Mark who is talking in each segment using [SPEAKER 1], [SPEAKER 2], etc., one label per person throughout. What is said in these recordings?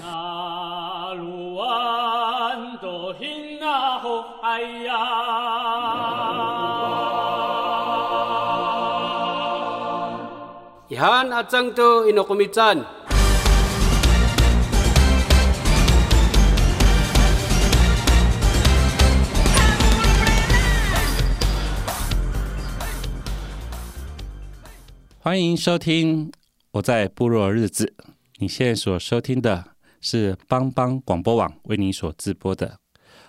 [SPEAKER 1] 那鲁安多hin 那吼哎呀。
[SPEAKER 2] Ihan atsang tu inokumitsan.
[SPEAKER 3] Hello，欢迎收听《我在部落日子》。你现在所收听的是帮帮广播网为你所直播的，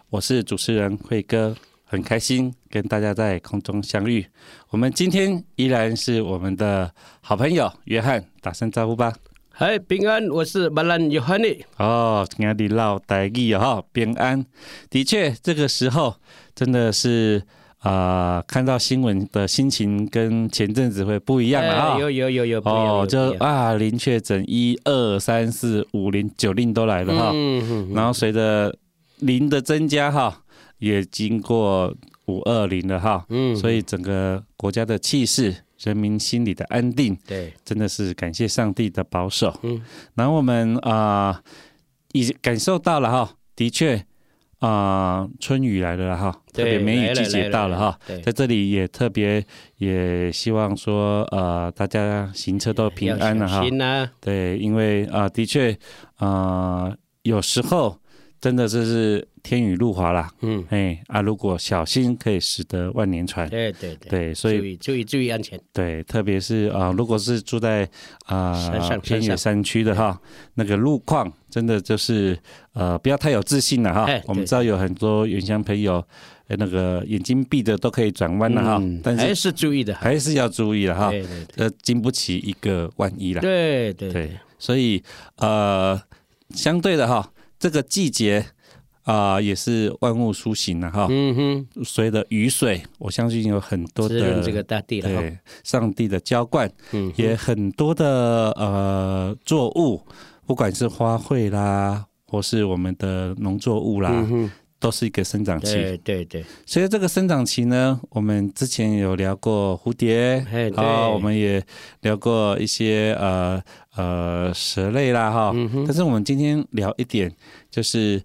[SPEAKER 3] 我是主持人慧哥，很开心跟大家在空中相遇。我们今天依然是我们的好朋友约翰，打声招呼吧。
[SPEAKER 2] Hai pingan, wasi balan Yohani.
[SPEAKER 3] 哦，今天唠台语哦，哈平安。的确，这个时候真的是啊、呃看到新闻的心情跟前阵子会不一样了啊、
[SPEAKER 2] 哎有有有有
[SPEAKER 3] 哦，就啊，零确诊一二三四五零九令都来了哈，
[SPEAKER 2] 嗯
[SPEAKER 3] 然后随着零的增加哈，也经过五二零了哈，
[SPEAKER 2] 嗯
[SPEAKER 3] 所以整个国家的气势，人民心里的安定，
[SPEAKER 2] 对，
[SPEAKER 3] 真的是感谢上帝的保守。
[SPEAKER 2] 嗯，
[SPEAKER 3] 然后我们啊、已感受到了哈，的确啊、春雨来了啦哈，特别梅雨季节到了哈。，在这里也特别也希望说，呃，大家行车都平安了哈。
[SPEAKER 2] 行啊，
[SPEAKER 3] 对，因为啊、的确，啊，有时候真的就是天雨路滑啦。
[SPEAKER 2] 嗯，
[SPEAKER 3] 哎啊，如果小心可以驶得万年船。
[SPEAKER 2] 对对对，
[SPEAKER 3] 对，所以
[SPEAKER 2] 注意注意注意安全，
[SPEAKER 3] 对，特别是啊、呃如果是住在啊、呃
[SPEAKER 2] 山上山
[SPEAKER 3] 偏远
[SPEAKER 2] 上
[SPEAKER 3] 山区的哈，那个路况真的就是呃，不要太有自信了哈
[SPEAKER 2] 哎。
[SPEAKER 3] 我们
[SPEAKER 2] 对
[SPEAKER 3] 知道有很多原乡朋友，呃那个眼睛闭着都可以转弯了哈，但
[SPEAKER 2] 还
[SPEAKER 3] 是
[SPEAKER 2] 是注意的，
[SPEAKER 3] 还是要注意了
[SPEAKER 2] 嗯
[SPEAKER 3] 哈，
[SPEAKER 2] 哎对对
[SPEAKER 3] 呃，经不起一个万一啦。
[SPEAKER 2] 对对
[SPEAKER 3] 对，所以呃，相对的哈，这个季节啊、也是万物苏醒了哈。
[SPEAKER 2] 嗯哼，
[SPEAKER 3] 随着雨水，我相信有很多
[SPEAKER 2] 滋
[SPEAKER 3] 的
[SPEAKER 2] 润这个大地了，
[SPEAKER 3] 对上帝的浇灌，
[SPEAKER 2] 嗯
[SPEAKER 3] 也很多的呃作物，不管是花卉啦，或是我们的农作物啦，
[SPEAKER 2] 嗯哼，
[SPEAKER 3] 都是一个生长期。
[SPEAKER 2] 对对对，
[SPEAKER 3] 所以这个生长期呢，我们之前有聊过蝴蝶
[SPEAKER 2] 嘿，对
[SPEAKER 3] 啊，我们也聊过一些呃呃蛇类啦哈，
[SPEAKER 2] 嗯
[SPEAKER 3] 但是我们今天聊一点，就是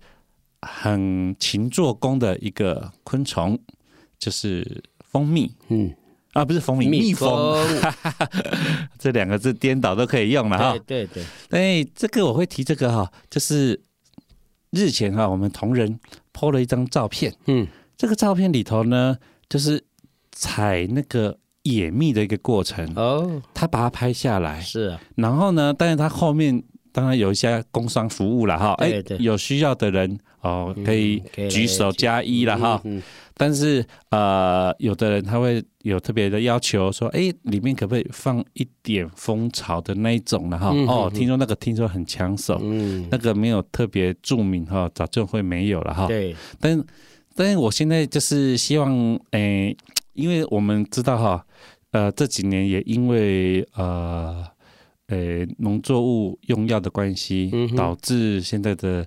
[SPEAKER 3] 很勤做工的一个昆虫，就是蜂蜜。
[SPEAKER 2] 嗯，
[SPEAKER 3] 啊，不是蜂蜜，蜜蜂，这两个字颠倒都可以用了哈
[SPEAKER 2] 对。对对，
[SPEAKER 3] 哎，这个我会提这个哈，就是日前哈，我们同仁 PO 了一张照片，
[SPEAKER 2] 嗯，
[SPEAKER 3] 这个照片里头呢，就是采那个野蜜的一个过程，
[SPEAKER 2] 哦，
[SPEAKER 3] 他把它拍下来，
[SPEAKER 2] 是啊，
[SPEAKER 3] 然后呢，但是他后面当然有一些工商服务了哈，哎
[SPEAKER 2] 对对，
[SPEAKER 3] 有需要的人哦可以
[SPEAKER 2] 可以来
[SPEAKER 3] 举手加一了哈，
[SPEAKER 2] 嗯，
[SPEAKER 3] 但是呃，有的人他会有特别的要求，说，哎，里面可不可以放一点蜂巢的那一种了哈？
[SPEAKER 2] 嗯
[SPEAKER 3] 哦
[SPEAKER 2] 嗯，嗯嗯
[SPEAKER 3] 听说那个听说很抢手，那个没有特别注明哈，早就会没有了哈。
[SPEAKER 2] 对，
[SPEAKER 3] 但但是我现在就是希望，诶、因为我们知道哈，呃，这几年也因为呃，呃，农作物用药的关系，
[SPEAKER 2] 嗯哼
[SPEAKER 3] 导致现在的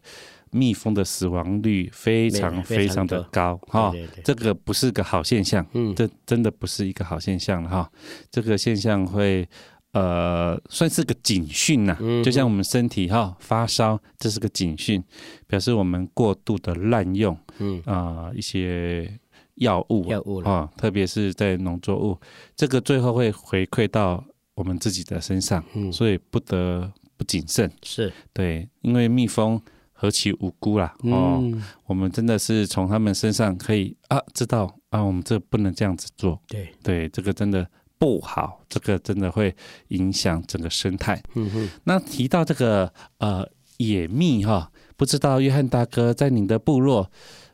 [SPEAKER 3] 蜜蜂的死亡率非常非
[SPEAKER 2] 非
[SPEAKER 3] 常
[SPEAKER 2] 常
[SPEAKER 3] 的
[SPEAKER 2] 多
[SPEAKER 3] 高哈。
[SPEAKER 2] 对对对
[SPEAKER 3] 这个不是个好现象，
[SPEAKER 2] 嗯
[SPEAKER 3] 这真的不是一个好现象了哈。这个现象会呃算是个警讯呐、
[SPEAKER 2] 嗯
[SPEAKER 3] 就像我们身体哈、发烧，这是个警讯，表示我们过度的滥用
[SPEAKER 2] 嗯，
[SPEAKER 3] 啊、一些药物
[SPEAKER 2] 药物
[SPEAKER 3] 啊、
[SPEAKER 2] 了，
[SPEAKER 3] 特别是在农作物，这个最后会回馈到我们自己的身上，
[SPEAKER 2] 嗯，
[SPEAKER 3] 所以不得不谨慎。
[SPEAKER 2] 是，
[SPEAKER 3] 对，因为蜜蜂何其无辜啦！哦，
[SPEAKER 2] 嗯，
[SPEAKER 3] 我们真的是从他们身上可以啊知道啊，我们这不能这样子做。
[SPEAKER 2] 对，
[SPEAKER 3] 对，这个真的不好，这个真的会影响整个生态。
[SPEAKER 2] 嗯哼，
[SPEAKER 3] 那提到这个呃野蜜哈，不知道约翰大哥在你的部落，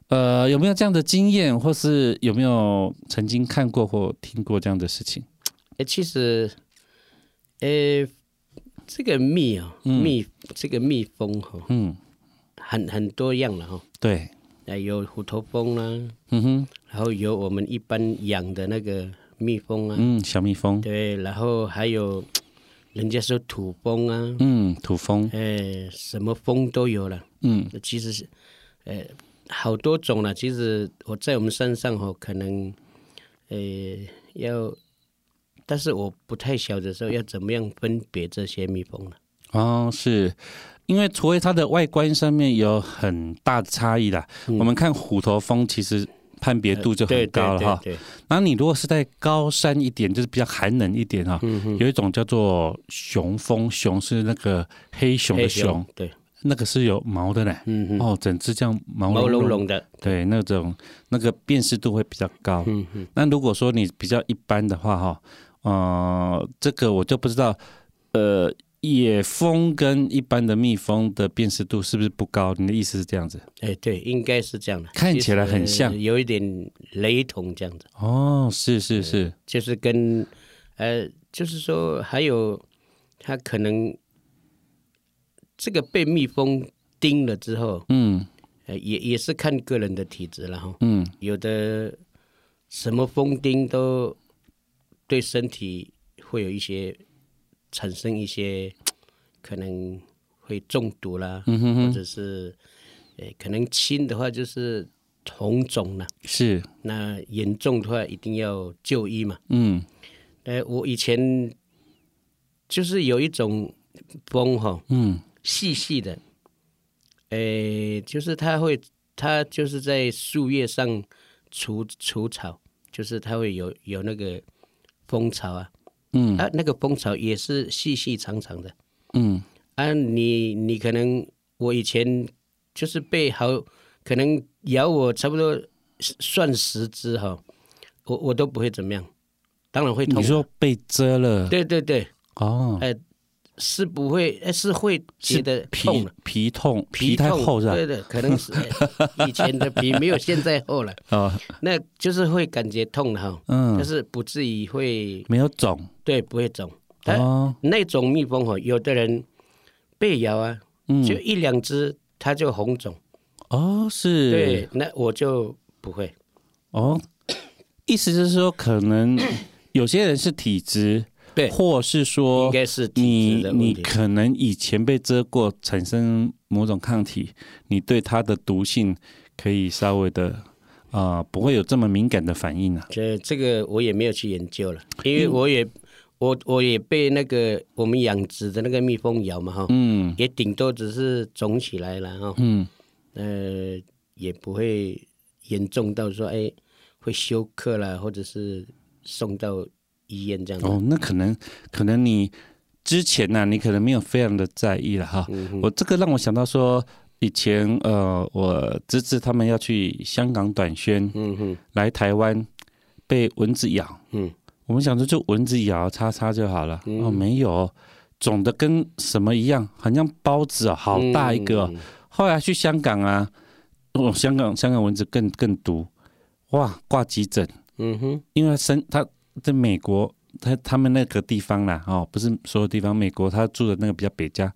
[SPEAKER 3] 呃有没有这样的经验，或是有没有曾经看过或听过这样的事情？
[SPEAKER 2] 诶，其实，诶，这个蜜啊，
[SPEAKER 3] 嗯
[SPEAKER 2] 蜜，这个蜜蜂哈，哦
[SPEAKER 3] 嗯，
[SPEAKER 2] 很很多样了哈。
[SPEAKER 3] 对，
[SPEAKER 2] 呃，有虎头蜂啦、
[SPEAKER 3] 嗯哼，
[SPEAKER 2] 然后有我们一般养的那个蜜蜂啊，
[SPEAKER 3] 嗯，小蜜蜂，
[SPEAKER 2] 对，然后还有人家说土蜂啊，
[SPEAKER 3] 嗯，土蜂，
[SPEAKER 2] 呃，什么蜂都有了。
[SPEAKER 3] 嗯
[SPEAKER 2] 其实是，呃，好多种了。其实我在我们山上哦，可能，呃，要，但是我不太晓得说要怎么样分别这些蜜蜂了。
[SPEAKER 3] 哦，是因为除非它的外观上面有很大的差异啦，
[SPEAKER 2] 嗯
[SPEAKER 3] 我们看虎头蜂其实判别度就
[SPEAKER 2] 对
[SPEAKER 3] 很
[SPEAKER 2] 对
[SPEAKER 3] 高了哈。
[SPEAKER 2] 对对
[SPEAKER 3] 然后你如果是在高山一点，就是比较寒冷一点哈，
[SPEAKER 2] 嗯
[SPEAKER 3] 有一种叫做熊蜂，熊是那个黑熊
[SPEAKER 2] 黑
[SPEAKER 3] 的熊，，
[SPEAKER 2] 哎对，
[SPEAKER 3] 那个是有毛的嘞。
[SPEAKER 2] 嗯嗯，
[SPEAKER 3] 哦，整只这样毛
[SPEAKER 2] 毛
[SPEAKER 3] 茸
[SPEAKER 2] 茸茸的，
[SPEAKER 3] 对，那种那个辨识度会比较高。
[SPEAKER 2] 嗯嗯，
[SPEAKER 3] 那如果说你比较一般的话，哈，呃，这个我就不知道，呃，野蜂跟一般的蜜蜂的辨识度是不是不高？你的意思是这样子？
[SPEAKER 2] 哎，对，应该是这样的。
[SPEAKER 3] 看起来很
[SPEAKER 2] 其实呃
[SPEAKER 3] 像
[SPEAKER 2] 有一点雷同这样子，
[SPEAKER 3] 哦，是是是，
[SPEAKER 2] 就是跟，呃，就是说还有，它可能这个被蜜蜂叮了之后，
[SPEAKER 3] 嗯
[SPEAKER 2] 呃，也也是看个人的体质了哈。
[SPEAKER 3] 嗯，
[SPEAKER 2] 有的什么蜂叮都对身体会有一些产生一些可能会中毒啦，或者是呃可能轻的话就是红肿了，
[SPEAKER 3] 是，
[SPEAKER 2] 那严重的话一定要就医嘛。
[SPEAKER 3] 嗯
[SPEAKER 2] 呃，我以前就是有一种蜂哈，
[SPEAKER 3] 嗯
[SPEAKER 2] 细细的，诶，就是它会，它就是在树叶上除除草，就是它会有有那个蜂巢啊，
[SPEAKER 3] 嗯
[SPEAKER 2] 啊，那个蜂巢也是细细长长的
[SPEAKER 3] 嗯
[SPEAKER 2] 啊，你你可能我以前就是被好，可能咬我差不多算十只哈，我我都不会怎么样，当然会痛，啊
[SPEAKER 3] 你说被蛰了，
[SPEAKER 2] 对对对，
[SPEAKER 3] 哦，
[SPEAKER 2] 哎、是不会，哎是会觉
[SPEAKER 3] 是
[SPEAKER 2] 得痛
[SPEAKER 3] 皮
[SPEAKER 2] 的。
[SPEAKER 3] 皮痛，皮太
[SPEAKER 2] 痛
[SPEAKER 3] 厚是吧？
[SPEAKER 2] 对的，可能是 哎以前的皮没有现在厚了，
[SPEAKER 3] 哦，
[SPEAKER 2] 那就是会感觉痛的哈，但
[SPEAKER 3] 嗯，
[SPEAKER 2] 是不至于会
[SPEAKER 3] 没有肿
[SPEAKER 2] 对不会肿。但
[SPEAKER 3] 哦，
[SPEAKER 2] 那种蜜蜂哦，有的人被咬啊，
[SPEAKER 3] 嗯
[SPEAKER 2] 就一两只它就红肿，
[SPEAKER 3] 哦是，
[SPEAKER 2] 对，那我就不会，
[SPEAKER 3] 哦，意思就是说，可能 有些人是体质，
[SPEAKER 2] 对
[SPEAKER 3] 或是
[SPEAKER 2] 应
[SPEAKER 3] 说
[SPEAKER 2] 该是体质
[SPEAKER 3] 你
[SPEAKER 2] 的问
[SPEAKER 3] 你
[SPEAKER 2] 题。
[SPEAKER 3] 可能以前被蛰过，产生某种抗体，你对它的毒性可以稍微的啊、呃不会有这么敏感的反应啊。
[SPEAKER 2] 这这个我也没有去研究了，
[SPEAKER 3] 嗯
[SPEAKER 2] 因为我也我我也被那个我们养殖的那个蜜蜂咬嘛哈，
[SPEAKER 3] 嗯
[SPEAKER 2] 也顶多只是肿起来了哈。
[SPEAKER 3] 嗯
[SPEAKER 2] 呃，也不会严重到说哎会休克啦，或者是送到医院这样子。
[SPEAKER 3] 哦，那可能可能你之前呢、你可能没有非常的在意了哈。
[SPEAKER 2] 嗯
[SPEAKER 3] 我这个让我想到说，以前呃，我侄子他们要去香港短宣，
[SPEAKER 2] 嗯哼，
[SPEAKER 3] 来台湾被蚊子咬，
[SPEAKER 2] 嗯，
[SPEAKER 3] 我们想说就蚊子咬擦擦就好了，哦，没有，肿的跟什么一样，好像包子哦，好大一个、哦。
[SPEAKER 2] 嗯
[SPEAKER 3] 后来去香港啊，哦，香港香港蚊子更更毒，哇，挂急诊，
[SPEAKER 2] 嗯哼，
[SPEAKER 3] 因为他生他在美国，他他们那个地方啦，哦，不是所有地方，美国他住的那个比较北家，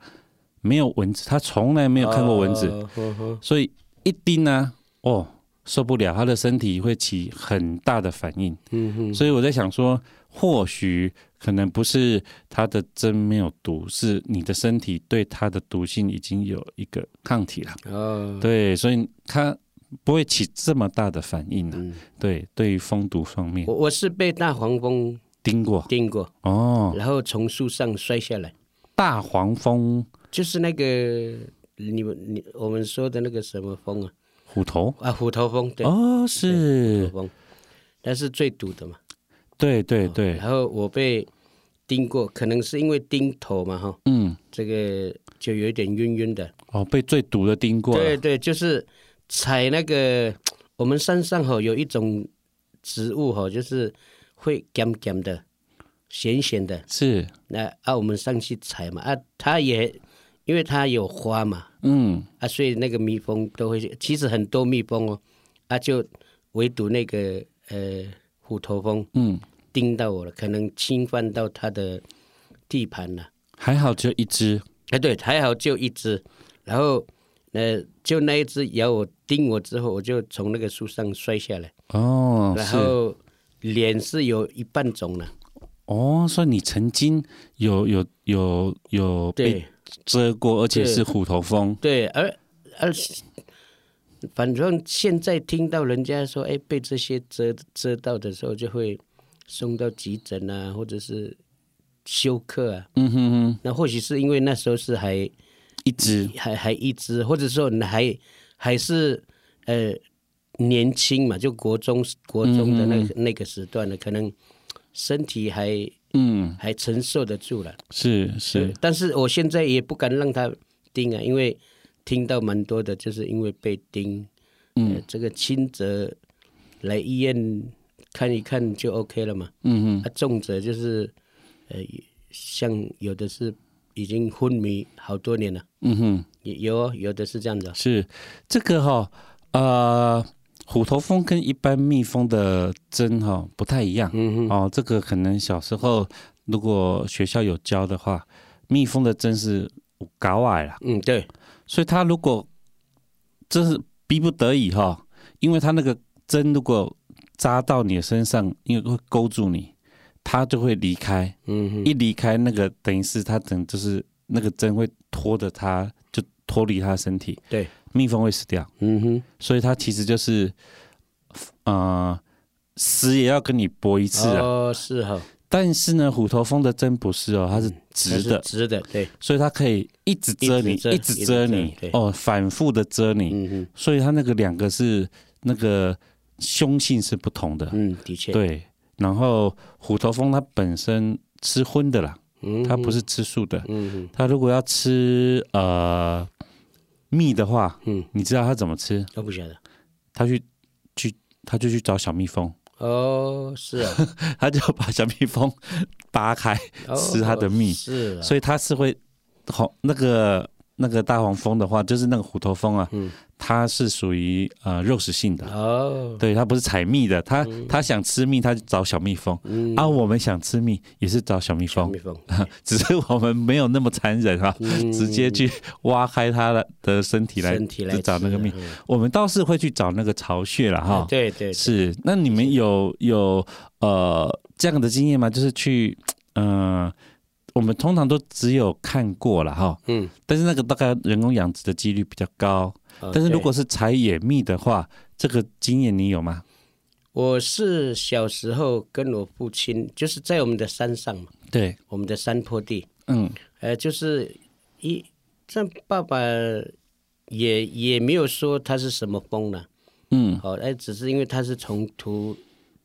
[SPEAKER 3] 没有蚊子，他从来没有看过蚊子，
[SPEAKER 2] 哦呵呵
[SPEAKER 3] 所以一叮呢、哦，受不了，他的身体会起很大的反应。
[SPEAKER 2] 嗯哼，
[SPEAKER 3] 所以我在想说，或许可能不是它的针没有毒，是你的身体对它的毒性已经有一个抗体了。
[SPEAKER 2] 哦，
[SPEAKER 3] 对，所以它不会起这么大的反应了、
[SPEAKER 2] 嗯
[SPEAKER 3] 对，对于蜂毒方面
[SPEAKER 2] 我，我是被大黄蜂
[SPEAKER 3] 叮过
[SPEAKER 2] 叮过，
[SPEAKER 3] 哦，
[SPEAKER 2] 然后从树上摔下来，
[SPEAKER 3] 大黄蜂
[SPEAKER 2] 就是那个你们你我们说的那个什么蜂啊
[SPEAKER 3] 虎头
[SPEAKER 2] 啊虎头蜂，对，
[SPEAKER 3] 哦，
[SPEAKER 2] 虎
[SPEAKER 3] 是
[SPEAKER 2] 头蜂，那是最毒的嘛。
[SPEAKER 3] 对对对，
[SPEAKER 2] 然后我被叮过，可能是因为叮头嘛哈，
[SPEAKER 3] 嗯，
[SPEAKER 2] 这个就有一点晕晕的。
[SPEAKER 3] 哦，被最毒的叮过
[SPEAKER 2] 对
[SPEAKER 3] 了，
[SPEAKER 2] 对，就是采那个我们山上吼有一种植物吼，就是会咸咸的、咸咸的。
[SPEAKER 3] 是
[SPEAKER 2] 那啊，我们上去采嘛啊，它也因为它有花嘛
[SPEAKER 3] 嗯
[SPEAKER 2] 啊，所以那个蜜蜂都会去。其实很多蜜蜂哦，啊，就唯独那个呃虎头蜂
[SPEAKER 3] 嗯，
[SPEAKER 2] 叮到我了，可能侵犯到它的地盘了。
[SPEAKER 3] 还好只有一只，
[SPEAKER 2] 哎，对，还好就一只，然后呃，就那一只咬我叮我之后，我就从那个树上摔下来，
[SPEAKER 3] 哦，
[SPEAKER 2] 然
[SPEAKER 3] 是
[SPEAKER 2] 后脸是有一半肿了，
[SPEAKER 3] 哦，所以你曾经有有有有被
[SPEAKER 2] 对
[SPEAKER 3] 蛰过，而且
[SPEAKER 2] 对
[SPEAKER 3] 是虎头蜂，
[SPEAKER 2] 对，而而反正现在听到人家说，哎，被这些蛰蛰到的时候，就会送到急诊啊，或者是休克啊。
[SPEAKER 3] 嗯哼哼，
[SPEAKER 2] 那或许是因为那时候是还
[SPEAKER 3] 一只，
[SPEAKER 2] 还还一只，或者说你还还是呃年轻嘛，就国中国中的那个、那个时段呢，可能身体还
[SPEAKER 3] 嗯，
[SPEAKER 2] 还承受得住了。
[SPEAKER 3] 是是，
[SPEAKER 2] 但是我现在也不敢让它叮啊，因为听到蛮多的，就是因为被叮，嗯、这个轻则来医院看一看就 OK 了嘛，
[SPEAKER 3] 嗯哼，
[SPEAKER 2] 啊，重则就是呃，像有的是已经昏迷好多年了。
[SPEAKER 3] 嗯哼，
[SPEAKER 2] 也有哦有的是这样子哦、
[SPEAKER 3] 是这个哈、呃，虎头蜂跟一般蜜蜂的针哈、不太一样，
[SPEAKER 2] 嗯哼，
[SPEAKER 3] 哦，这个可能小时候如果学校有教的话，蜜蜂的针是有高矮啦，
[SPEAKER 2] 嗯，对，
[SPEAKER 3] 所以它如果这是逼不得已哈、因为它那个针如果扎到你的身上，因为会勾住你，它就会离开。
[SPEAKER 2] 嗯哼，
[SPEAKER 3] 一离开那个，等于是它等就是那个针会拖着它，就脱离它身体，
[SPEAKER 2] 对，
[SPEAKER 3] 蜜蜂会死掉。
[SPEAKER 2] 嗯哼，
[SPEAKER 3] 所以它其实就是，呃，死也要跟你搏一次啊。
[SPEAKER 2] 哦，是哈、哦，
[SPEAKER 3] 但是呢，虎头蜂的针不是哦，它是直
[SPEAKER 2] 嗯它
[SPEAKER 3] 的，
[SPEAKER 2] 是直的，对，
[SPEAKER 3] 所以它可以一直蛰你，
[SPEAKER 2] 一直蛰
[SPEAKER 3] 一直蛰
[SPEAKER 2] 一直
[SPEAKER 3] 你
[SPEAKER 2] 蛰对，
[SPEAKER 3] 哦，反复的蛰你，
[SPEAKER 2] 嗯哼，
[SPEAKER 3] 所以它那个两个是那个凶性是不同的，
[SPEAKER 2] 嗯，的确，，
[SPEAKER 3] 对。然后虎头蜂它本身吃荤的啦，
[SPEAKER 2] 嗯哼
[SPEAKER 3] 它不，是吃素的，
[SPEAKER 2] 嗯哼，
[SPEAKER 3] 它如果要吃呃蜜的话，
[SPEAKER 2] 嗯，
[SPEAKER 3] 你知道它怎么吃？
[SPEAKER 2] 都不晓得，
[SPEAKER 3] 它去去，它就去找小蜜蜂，
[SPEAKER 2] 哦，是啊，
[SPEAKER 3] 它就把小蜜蜂扒开，
[SPEAKER 2] 哦
[SPEAKER 3] 吃它的蜜
[SPEAKER 2] 是啊，
[SPEAKER 3] 所以它是会红那个那个大黄蜂的话，就是那个虎头蜂啊，
[SPEAKER 2] 嗯
[SPEAKER 3] 它是属于呃肉食性的，
[SPEAKER 2] 哦，
[SPEAKER 3] 对，它不是采蜜的，它、它想吃蜜，它就找小蜜蜂，
[SPEAKER 2] 嗯，
[SPEAKER 3] 啊，我们想吃蜜也是找小蜜
[SPEAKER 2] 小
[SPEAKER 3] 蜂，
[SPEAKER 2] 蜜蜂，
[SPEAKER 3] 只是我们没有那么残忍啊，直接去挖开它的的身体来
[SPEAKER 2] 身体来
[SPEAKER 3] 就找那个
[SPEAKER 2] 吃
[SPEAKER 3] 蜜，
[SPEAKER 2] 嗯
[SPEAKER 3] 我们倒是会去找那个巢穴了哈，
[SPEAKER 2] 对对，对，
[SPEAKER 3] 是，那你们有有呃这样的经验吗？就是去嗯、呃我们通常都只有看过了哈，
[SPEAKER 2] 嗯，
[SPEAKER 3] 但是那个大概人工养殖的几率比较高。
[SPEAKER 2] 哦
[SPEAKER 3] 但是如
[SPEAKER 2] 对
[SPEAKER 3] 果是采野蜜的话，这个经验你有吗？
[SPEAKER 2] 我是小时候跟我父亲，就是在我们的山上嘛，
[SPEAKER 3] 对，
[SPEAKER 2] 我们的山坡地，
[SPEAKER 3] 嗯
[SPEAKER 2] 呃，就是一，这爸爸也也没有说他是什么风呢、
[SPEAKER 3] 嗯，
[SPEAKER 2] 好，哎，只是因为它是从土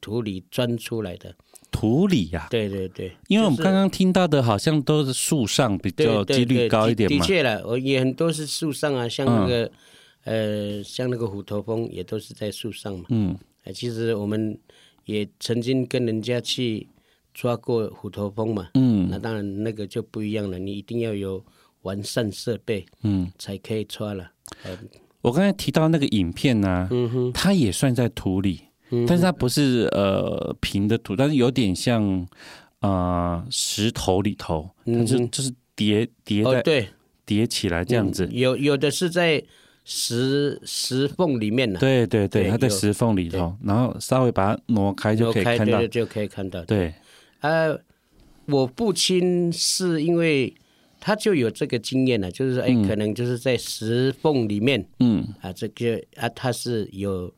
[SPEAKER 2] 土里钻出来的。
[SPEAKER 3] 土里呀、
[SPEAKER 2] 对对对，
[SPEAKER 3] 因为我们
[SPEAKER 2] 就是
[SPEAKER 3] 刚刚听到的好像都是树上比
[SPEAKER 2] 对
[SPEAKER 3] 较
[SPEAKER 2] 对
[SPEAKER 3] 几率
[SPEAKER 2] 对
[SPEAKER 3] 高
[SPEAKER 2] 的
[SPEAKER 3] 一点
[SPEAKER 2] 的
[SPEAKER 3] 嘛，嗯
[SPEAKER 2] 确了，我也很多是树上啊，像那个、呃，像那个虎头蜂也都是在树上嘛。
[SPEAKER 3] 嗯
[SPEAKER 2] 哎，其实我们也曾经跟人家去抓过虎头蜂嘛。
[SPEAKER 3] 嗯
[SPEAKER 2] 那当然那个就不一样了，你一定要有完善设备
[SPEAKER 3] 嗯。
[SPEAKER 2] 才可以抓了。
[SPEAKER 3] 我刚才提到那个影片呢、
[SPEAKER 2] 嗯哼，
[SPEAKER 3] 它也算在土里，
[SPEAKER 2] 嗯
[SPEAKER 3] 但是它不是呃平的土，但是有点像呃石头里头，它就
[SPEAKER 2] 嗯哼
[SPEAKER 3] 就是叠叠
[SPEAKER 2] 哦
[SPEAKER 3] 在
[SPEAKER 2] 对，嗯
[SPEAKER 3] 叠起来这样子。
[SPEAKER 2] 有有的是在石石缝里面呢、
[SPEAKER 3] 对对对，
[SPEAKER 2] 对
[SPEAKER 3] 它在
[SPEAKER 2] 有
[SPEAKER 3] 石缝里头，然后稍微把它挪开就
[SPEAKER 2] 挪
[SPEAKER 3] 可以
[SPEAKER 2] 开
[SPEAKER 3] 看到
[SPEAKER 2] 对对。就可以看到。，
[SPEAKER 3] 对，
[SPEAKER 2] 呃，我父亲是因为他就有这个经验了，就是说，哎、可能就是在石缝里面
[SPEAKER 3] 嗯
[SPEAKER 2] 啊，这个啊，他是有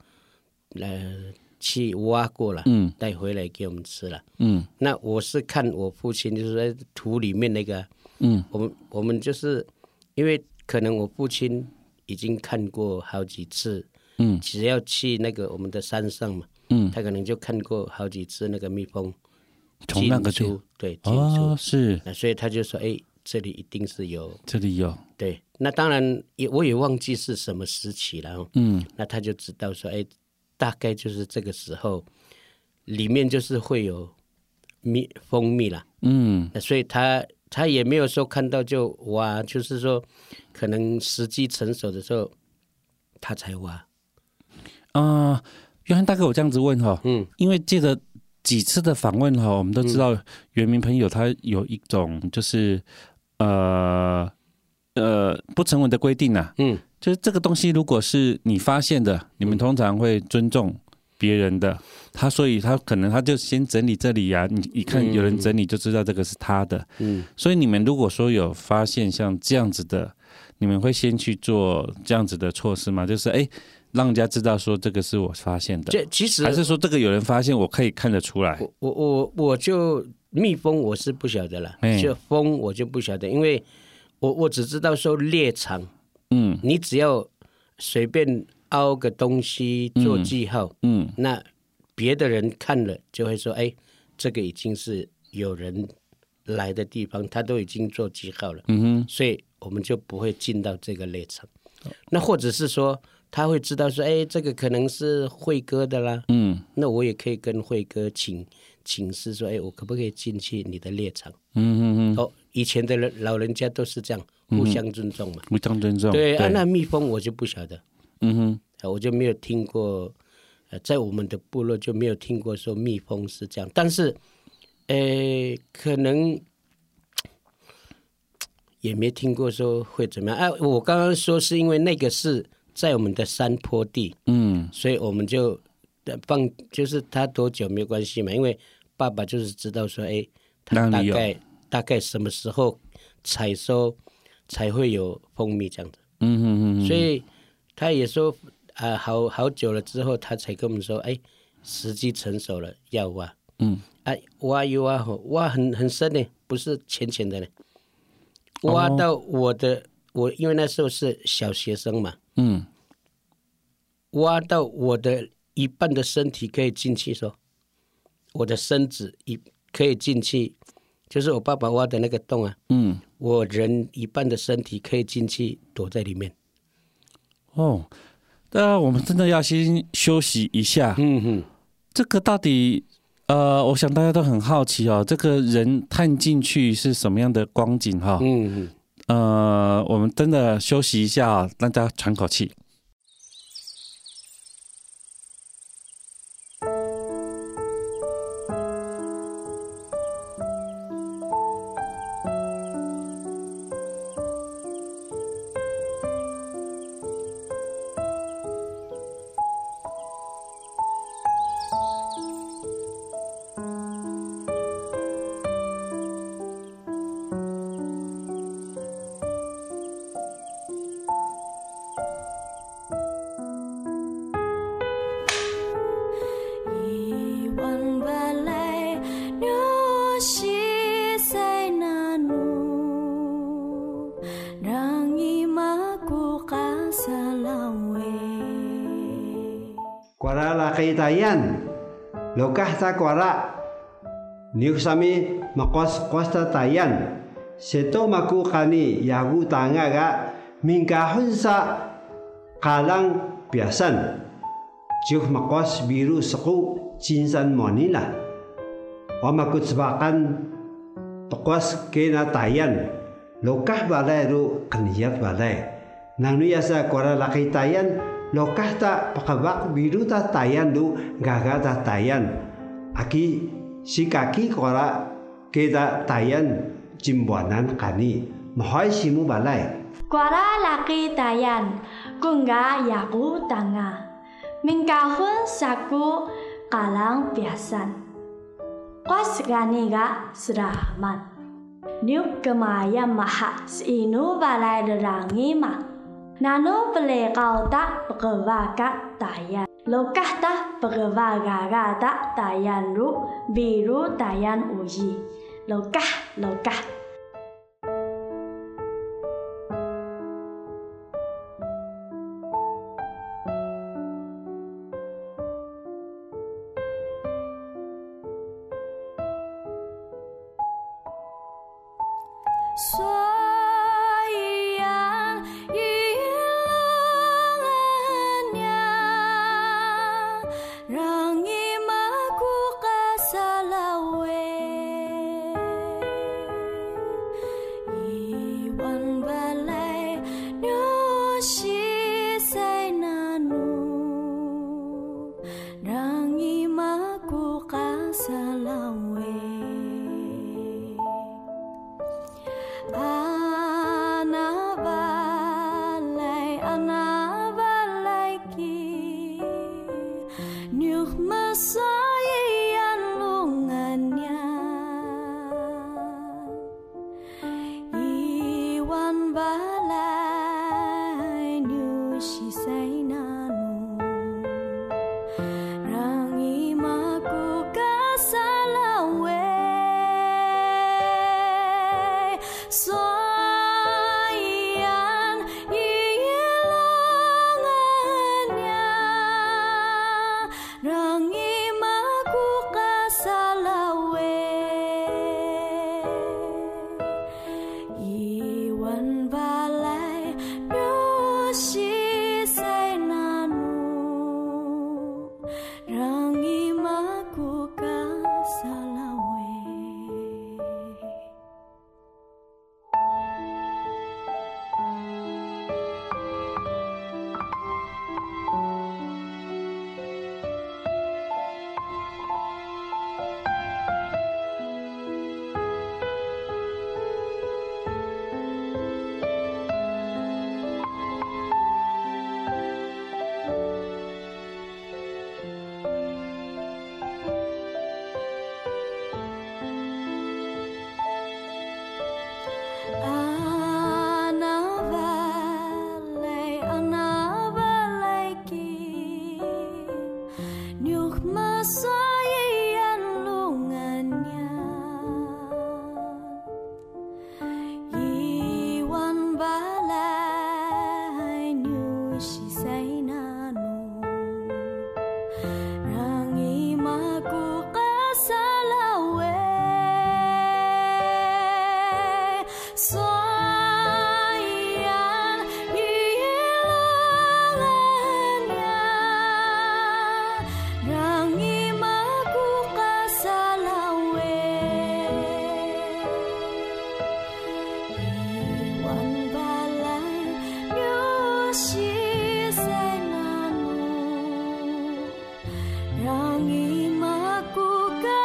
[SPEAKER 2] 呃去挖过了，
[SPEAKER 3] 嗯
[SPEAKER 2] 带回来给我们吃了。
[SPEAKER 3] 嗯
[SPEAKER 2] 那我是看我父亲就是在土里面那个，
[SPEAKER 3] 嗯，
[SPEAKER 2] 我们我们就是因为可能我父亲已经看过好几次，
[SPEAKER 3] 嗯
[SPEAKER 2] 只要去那个我们的山上嘛，
[SPEAKER 3] 嗯，
[SPEAKER 2] 他可能就看过好几次那个蜜蜂
[SPEAKER 3] 从那个
[SPEAKER 2] 进
[SPEAKER 3] 就
[SPEAKER 2] 出，对进
[SPEAKER 3] 哦
[SPEAKER 2] 出，
[SPEAKER 3] 是
[SPEAKER 2] 那、所以他就说，哎，这里一定是有
[SPEAKER 3] 这里有，
[SPEAKER 2] 对。那当然也我也忘记是什么时期了、哦，
[SPEAKER 3] 嗯
[SPEAKER 2] 那他就知道说，哎，大概就是这个时候，里面就是会有蜜蜂蜜啦。
[SPEAKER 3] 嗯
[SPEAKER 2] 那所以他他也没有说看到就挖，就是说可能时机成熟的时候他才挖。
[SPEAKER 3] 啊，约翰大哥，我这样子问哈，
[SPEAKER 2] 嗯
[SPEAKER 3] 因为借着几次的访问哈，我们都知道原民朋友他有一种就是呃呃不成文的规定啊，
[SPEAKER 2] 嗯，
[SPEAKER 3] 就是这个东西如果是你发现的，你们通常会尊重别人的。他所以他可能他就先整理这里呀、你一看有人整理就知道这个是他的，
[SPEAKER 2] 嗯，
[SPEAKER 3] 所以你们如果说有发现像这样子的，你们会先去做这样子的措施吗？就是哎、诶让人家知道说这个是我发现的，
[SPEAKER 2] 这其实
[SPEAKER 3] 还是说这个有人发现，我可以看得出来？
[SPEAKER 2] 我我我我就蜜蜂我是不晓得了
[SPEAKER 3] 嗯，
[SPEAKER 2] 就蜂我就不晓得，因为我我只知道说猎场，
[SPEAKER 3] 嗯
[SPEAKER 2] 你只要随便凹个东西做记号，
[SPEAKER 3] 嗯
[SPEAKER 2] 那别的人看了就会说，哎，这个已经是有人来的地方，他都已经做记号了，
[SPEAKER 3] 嗯哼
[SPEAKER 2] 所以我们就不会进到这个猎场。
[SPEAKER 3] 哦
[SPEAKER 2] 那或者是说，他会知道说，哎，这个可能是慧哥的啦，
[SPEAKER 3] 嗯
[SPEAKER 2] 那我也可以跟慧哥请请示说，哎，我可不可以进去你的猎场？
[SPEAKER 3] 嗯嗯嗯，
[SPEAKER 2] 哦，以前的人老人家都是这样，互相尊重嘛。
[SPEAKER 3] 互相尊重，
[SPEAKER 2] 对
[SPEAKER 3] 对，
[SPEAKER 2] 啊，那蜜蜂我就不晓得，
[SPEAKER 3] 嗯哼
[SPEAKER 2] 啊我就没有听过，呃，在我们的部落就没有听过说蜜蜂是这样，但是，呃，可能也没听过说会怎么样。哎、我刚刚说是因为那个是在我们的山坡地，
[SPEAKER 3] 嗯
[SPEAKER 2] 所以我们就呃放，就是他多久没有关系嘛，因为爸爸就是知道说，哎，他
[SPEAKER 3] 哪
[SPEAKER 2] 大
[SPEAKER 3] 里有
[SPEAKER 2] 概大概什么时候采收才会有蜂蜜这样子，
[SPEAKER 3] 嗯嗯嗯，
[SPEAKER 2] 所以他也说，啊、好好久了之后，他才跟我们说，哎，时机成熟了，要挖，
[SPEAKER 3] 嗯，
[SPEAKER 2] 哎、挖一挖吼，挖很很深呢，不是浅浅的呢，
[SPEAKER 3] 哦
[SPEAKER 2] 挖到我的、我，因为那时候是小学生嘛，
[SPEAKER 3] 嗯
[SPEAKER 2] 挖到我的一半的身体可以进去说，我的身子一可以进去，就是我爸爸挖的那个洞啊，
[SPEAKER 3] 嗯
[SPEAKER 2] 我人一半的身体可以进去躲在里面。
[SPEAKER 3] 哦，那我们真的要先休息一下。
[SPEAKER 2] 嗯哼，
[SPEAKER 3] 这个到底呃，我想大家都很好奇哦，这个人探进去是什么样的光景哈、
[SPEAKER 2] 嗯哼，
[SPEAKER 3] 呃，我们真的休息一下啊、让大家喘口气。
[SPEAKER 4] 一万八来牛西塞那努，让伊玛古卡萨拉维。
[SPEAKER 5] Kuara laki tayan. Lokah ta kuara. Niuk sami makos kosta tayan. Seto maku kani yagu tanga ga mingkahun sa kalang biasan. Juk makos biru seku cinsan monila. O makutsbakan tokos kena tayan. Lokah balai ru kaniyat balai. Nang nuyasa kuara laki tayan. Lokah ta pakabak biru ta tayan lu gaga ta tayan. Aki si kaki kuara keda tayan jimbuanan kani. Mahoi simu balai.
[SPEAKER 4] Kuara laki tayan, kungga yaku tanga. Mingkahun saku kalang biasan. Kuas ganiga serahman. Niuk kemayam maha seinu balai derangi ma. Nano beli kau tak berwakat tayan. Lokah tak berwagaga tak tayan ru biru tayan uji. Lokah, lokah. 所以呀，一浪娘，让你马古嘎萨拉维，一万八来牛西塞那努，让你马古嘎萨拉维。Anava Nyuh masayan lunganya Iwan balai nyuh sisai nanu Rangi maku kasalawe Soyan ilangannya Rangi maku kasalawe Iwan balai dosi nanu Rangi maku kasalawe Anabalay, anabalay ki Nyuk masayan lungannya Iwan balay nyusisay nanu Rangi maku kasalawe Soyan hilangannya Rangi maku kasalawe Iwan balai nyoshi senanu Rangi maku ka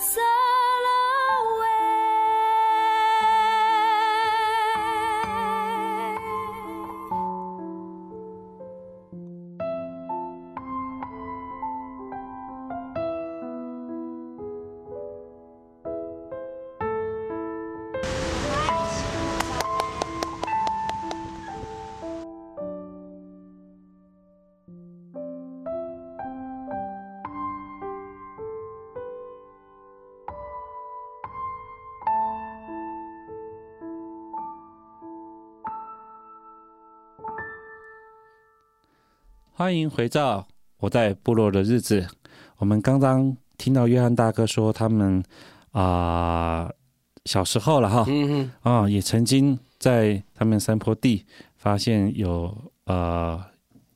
[SPEAKER 4] salawe.
[SPEAKER 3] 欢迎回到我在部落的日子。我们刚刚听到约翰大哥说，他们啊、小时候了哈，
[SPEAKER 2] 嗯
[SPEAKER 3] 啊、也曾经在他们山坡地发现有呃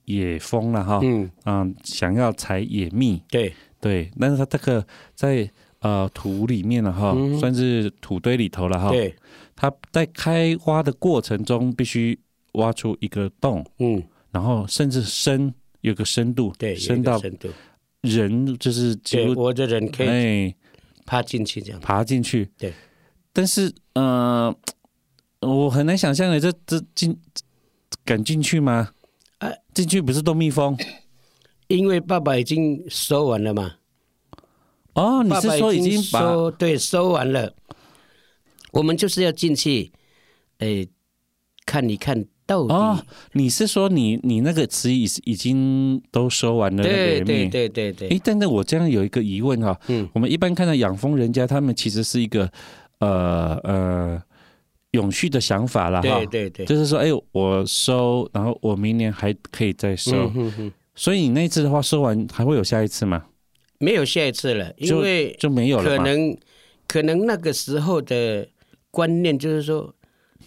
[SPEAKER 3] 野蜂了哈，
[SPEAKER 2] 嗯，
[SPEAKER 3] 嗯，想要采野蜜，
[SPEAKER 2] 对，
[SPEAKER 3] 对，但是它这个在呃土里面了哈，
[SPEAKER 2] 嗯
[SPEAKER 3] 算是土堆里头了哈，
[SPEAKER 2] 对，
[SPEAKER 3] 它在开挖的过程中必须挖出一个洞，
[SPEAKER 2] 嗯，
[SPEAKER 3] 然后甚至深有个深度，
[SPEAKER 2] 对，有一
[SPEAKER 3] 深
[SPEAKER 2] 个
[SPEAKER 3] 到
[SPEAKER 2] 深度，
[SPEAKER 3] 人就是几
[SPEAKER 2] 对，
[SPEAKER 3] 乎
[SPEAKER 2] 我的人可以
[SPEAKER 3] 哎
[SPEAKER 2] 爬进去这样。
[SPEAKER 3] 爬进去。
[SPEAKER 2] 对，
[SPEAKER 3] 但是呃，我很难想象的，这这进敢进去吗？
[SPEAKER 2] 啊
[SPEAKER 3] 进去不是都蜜蜂
[SPEAKER 2] 因为爸爸已经收完了嘛，
[SPEAKER 3] 哦？你
[SPEAKER 2] 爸
[SPEAKER 3] 是
[SPEAKER 2] 爸
[SPEAKER 3] 说已经把
[SPEAKER 2] 收对收完了，我们就是要进去，哎，看一看到底。
[SPEAKER 3] 哦？你是说你你那个词已已经都收完了那个
[SPEAKER 2] 对
[SPEAKER 3] 野
[SPEAKER 2] 对
[SPEAKER 3] 蜜
[SPEAKER 2] 对对对，
[SPEAKER 3] 诶，但是我这样有一个疑问哈、
[SPEAKER 2] 嗯
[SPEAKER 3] 我们一般看到养蜂人家，他们其实是一个呃呃永续的想法啦，哈，
[SPEAKER 2] 对对对，
[SPEAKER 3] 就是说，哎，我收，然后我明年还可以再收，
[SPEAKER 2] 嗯哼哼，
[SPEAKER 3] 所以你那一次的话，收完还会有下一次吗？
[SPEAKER 2] 没有下一次了，因为
[SPEAKER 3] 就没有了
[SPEAKER 2] 可
[SPEAKER 3] 吗？
[SPEAKER 2] 能可能那个时候的观念就是说，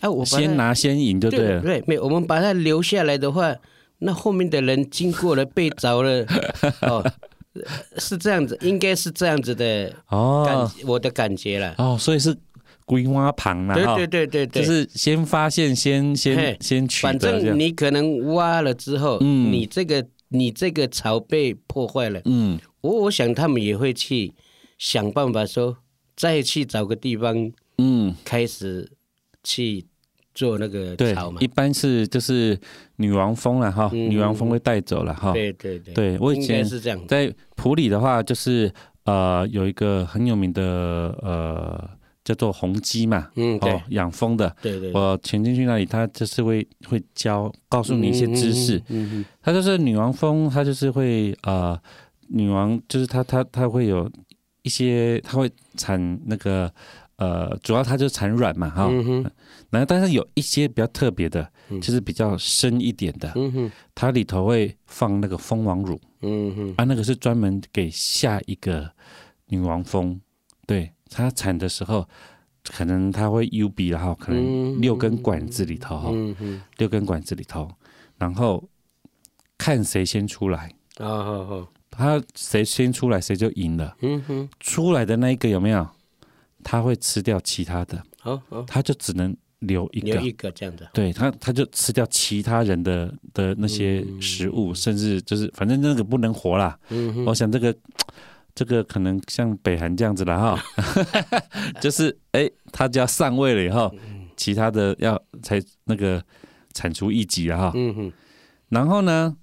[SPEAKER 2] 哎、我把它
[SPEAKER 3] 先拿先赢就对
[SPEAKER 2] 对
[SPEAKER 3] 了，
[SPEAKER 2] 对，没有我们把它留下来的话，那后面的人经过了被着 了，哦，是这样子，应该是这样子的感，
[SPEAKER 3] 哦
[SPEAKER 2] 我的感觉了。
[SPEAKER 3] 哦，所以是龟花旁啦，
[SPEAKER 2] 对
[SPEAKER 3] 哈
[SPEAKER 2] 对对对对，
[SPEAKER 3] 就是先发现先先
[SPEAKER 2] 嘿
[SPEAKER 3] 先取
[SPEAKER 2] 反
[SPEAKER 3] 得这
[SPEAKER 2] 正
[SPEAKER 3] 样，
[SPEAKER 2] 你可能挖了之后，
[SPEAKER 3] 嗯
[SPEAKER 2] 你这个你这个巢被破坏了，
[SPEAKER 3] 嗯，
[SPEAKER 2] 我我想他们也会去想办法说，再去找个地方
[SPEAKER 3] 嗯
[SPEAKER 2] 开始去做那个
[SPEAKER 3] 对
[SPEAKER 2] 草嘛，
[SPEAKER 3] 一。般是就是女王蜂了哈，
[SPEAKER 2] 嗯
[SPEAKER 3] 女王蜂会带走了哈。
[SPEAKER 2] 对对对，
[SPEAKER 3] 哦对我以
[SPEAKER 2] 应该
[SPEAKER 3] 前
[SPEAKER 2] 是这样的。
[SPEAKER 3] 在普里的话，就是呃有一个很有名的呃叫做红鸡嘛，
[SPEAKER 2] 嗯，对
[SPEAKER 3] 哦养蜂的，
[SPEAKER 2] 对对，
[SPEAKER 3] 我潜进去那里，他就是会会教告诉你一些知识。
[SPEAKER 2] 嗯，嗯
[SPEAKER 3] 他就是女王蜂，他就是会呃，女王就是他他他会有一些，他会产那个呃，主要它就产卵嘛哈。
[SPEAKER 2] 嗯哼，
[SPEAKER 3] 然后但是有一些比较特别的，
[SPEAKER 2] 嗯
[SPEAKER 3] 就是比较深一点的，
[SPEAKER 2] 嗯哼，
[SPEAKER 3] 它里头会放那个蜂王乳
[SPEAKER 2] 嗯哼，
[SPEAKER 3] 啊，那个是专门给下一个女王蜂，对它产的时候。可能它会 U B 然后可能
[SPEAKER 2] 嗯
[SPEAKER 3] 六根管子里头哈，
[SPEAKER 2] 嗯哼，
[SPEAKER 3] 六根管子里头，然后看谁先出来，
[SPEAKER 2] 啊好好，
[SPEAKER 3] 他谁先出来谁就赢了。
[SPEAKER 2] 嗯哼，
[SPEAKER 3] 出来的那一个有没有？他会吃掉其他的，
[SPEAKER 2] 好好，
[SPEAKER 3] 他就只能留一
[SPEAKER 2] 留
[SPEAKER 3] 个。
[SPEAKER 2] 一个这样的，
[SPEAKER 3] 对他，他就吃掉其他人的的那些食物，甚至就是反正那个不能活啦。
[SPEAKER 2] 嗯哼，
[SPEAKER 3] 我想这个这个可能像北韩这样子了哈， 就是哎、他就要上位了以后，
[SPEAKER 2] 嗯
[SPEAKER 3] 其他的要才那个铲除异己了哈。
[SPEAKER 2] 嗯哼，
[SPEAKER 3] 然后呢，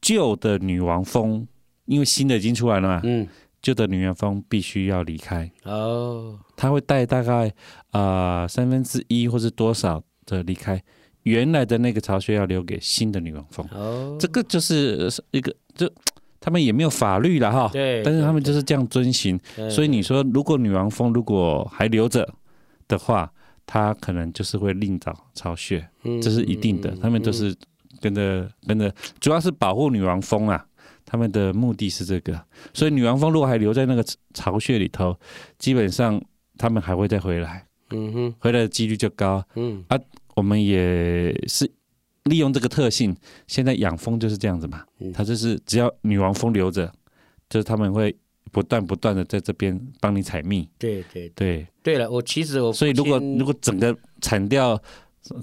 [SPEAKER 3] 旧的女王蜂，因为新的已经出来了嘛，
[SPEAKER 2] 嗯，
[SPEAKER 3] 旧的女王蜂必须要离开，
[SPEAKER 2] 哦，
[SPEAKER 3] 它会带大概呃三分之一或是多少的离开，原来的那个巢穴要留给新的女王蜂。
[SPEAKER 2] 哦，
[SPEAKER 3] 这个就是呃一个就。他们也没有法律了哈，
[SPEAKER 2] 对
[SPEAKER 3] 但是他们就是这样遵循。
[SPEAKER 2] 对
[SPEAKER 3] 所以你说，如果女王蜂如果还留着的话，它可能就是会另找巢穴。这是一
[SPEAKER 2] 嗯
[SPEAKER 3] 定的，他们都是跟着跟着，主要是保护女王蜂啊，他们的目的是这个，所以女王蜂如果还留在那个巢巢穴里头，基本上他们还会再回来，
[SPEAKER 2] 嗯哼，
[SPEAKER 3] 回来的几率就高。
[SPEAKER 2] 嗯，
[SPEAKER 3] 我们也是利用这个特性，现在养蜂就是这样子嘛
[SPEAKER 2] 嗯，
[SPEAKER 3] 它就是只要女王蜂留着，就是他们会不断不断的在这边帮你采蜜，
[SPEAKER 2] 对对
[SPEAKER 3] 对，
[SPEAKER 2] 对了，我其实我
[SPEAKER 3] 所以如果
[SPEAKER 2] 父亲
[SPEAKER 3] 如果整个铲掉，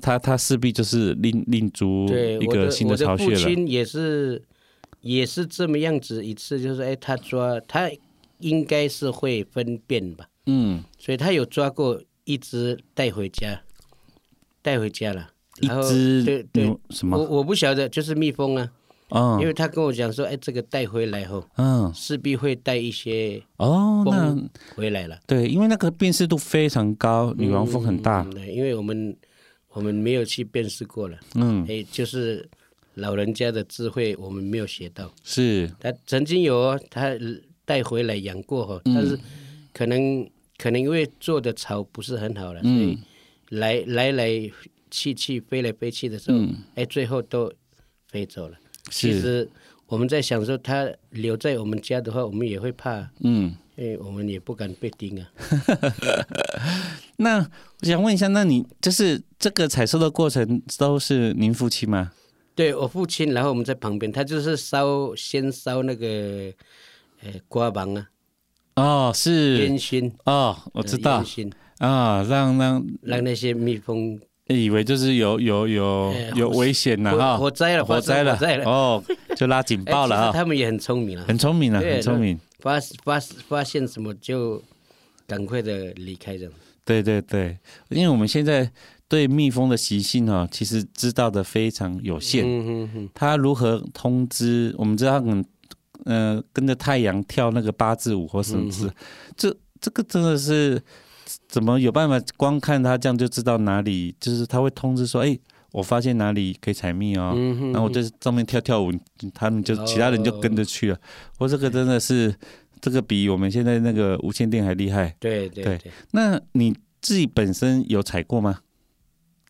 [SPEAKER 3] 它它势必就是另另足
[SPEAKER 2] 对
[SPEAKER 3] 一
[SPEAKER 2] 我
[SPEAKER 3] 个
[SPEAKER 2] 的
[SPEAKER 3] 新的巢
[SPEAKER 2] 我
[SPEAKER 3] 穴
[SPEAKER 2] 的父
[SPEAKER 3] 了。
[SPEAKER 2] 亲也是也是这么样子一次，就是哎，他抓他应该是会分辨吧，
[SPEAKER 3] 嗯，
[SPEAKER 2] 所以他有抓过一只带回家，带回家了。
[SPEAKER 3] 一
[SPEAKER 2] 然后对
[SPEAKER 3] 只
[SPEAKER 2] 对
[SPEAKER 3] 牛，什
[SPEAKER 2] 我
[SPEAKER 3] 么？
[SPEAKER 2] 我不晓得，就是蜜蜂啊，因
[SPEAKER 3] 嗯
[SPEAKER 2] 为他跟我讲说，哎，这个带回来后
[SPEAKER 3] 嗯
[SPEAKER 2] 势必会带一些
[SPEAKER 3] 哦，那
[SPEAKER 2] 蜂回来了。
[SPEAKER 3] 对，因为那个辨识度非常高，女王蜂很大
[SPEAKER 2] 嗯，对，因为我们我们没有去辨识过了，
[SPEAKER 3] 嗯，
[SPEAKER 2] 哎，就是老人家的智慧我们没有学到。
[SPEAKER 3] 是，
[SPEAKER 2] 他曾经有哦他带回来养过哈，
[SPEAKER 3] 嗯
[SPEAKER 2] 但是可能、可能因为做的草不是很好了，所以
[SPEAKER 3] 嗯
[SPEAKER 2] 来来来去去飞来飞去的时候，
[SPEAKER 3] 嗯
[SPEAKER 2] 哎，最后都飞走了。其
[SPEAKER 3] 是，
[SPEAKER 2] 实我们在想说，它留在我们家的话，我们也会怕，
[SPEAKER 3] 嗯。
[SPEAKER 2] 因为我们也不敢被叮啊。
[SPEAKER 3] 那我想问一下，那你就是这个采收的过程都是您夫妻吗？
[SPEAKER 2] 对我父亲，然后我们在旁边，他就是烧先烧那个呃瓜芒啊，
[SPEAKER 3] 哦，
[SPEAKER 2] 烟
[SPEAKER 3] 是
[SPEAKER 2] 熏，
[SPEAKER 3] 哦，我知
[SPEAKER 2] 呃
[SPEAKER 3] 道
[SPEAKER 2] 烟熏
[SPEAKER 3] 啊，让让
[SPEAKER 2] 让那些蜜蜂
[SPEAKER 3] 以为就是有有有
[SPEAKER 2] 哎
[SPEAKER 3] 有危险呐哈，
[SPEAKER 2] 火火灾了
[SPEAKER 3] 火灾了，
[SPEAKER 2] 发生火灾了
[SPEAKER 3] 哦，就拉警
[SPEAKER 2] 哎
[SPEAKER 3] 报了
[SPEAKER 2] 其实
[SPEAKER 3] 啊，
[SPEAKER 2] 他们也很聪明啊，
[SPEAKER 3] 很聪明啊，
[SPEAKER 2] 对
[SPEAKER 3] 很聪明，
[SPEAKER 2] 发发发现什么就赶快的离开这样。
[SPEAKER 3] 对对对，因为我们现在对蜜蜂的习性啊，其实知道的非常有限，
[SPEAKER 2] 嗯哼哼，
[SPEAKER 3] 它如何通知？我们知道它可能呃跟着太阳跳那个八字舞或什么
[SPEAKER 2] 嗯
[SPEAKER 3] 之，这这个真的是怎么有办法？光看它这样就知道哪里，就是它会通知说，哎。我发现哪里可以采蜜哦，
[SPEAKER 2] 嗯哼
[SPEAKER 3] 然后我就上面跳跳舞，他们就
[SPEAKER 2] 哦
[SPEAKER 3] 其他人就跟着去了。我这个真的是，这个比我们现在那个无线电还厉害。
[SPEAKER 2] 对对
[SPEAKER 3] 对
[SPEAKER 2] 对，
[SPEAKER 3] 那你自己本身有采过吗？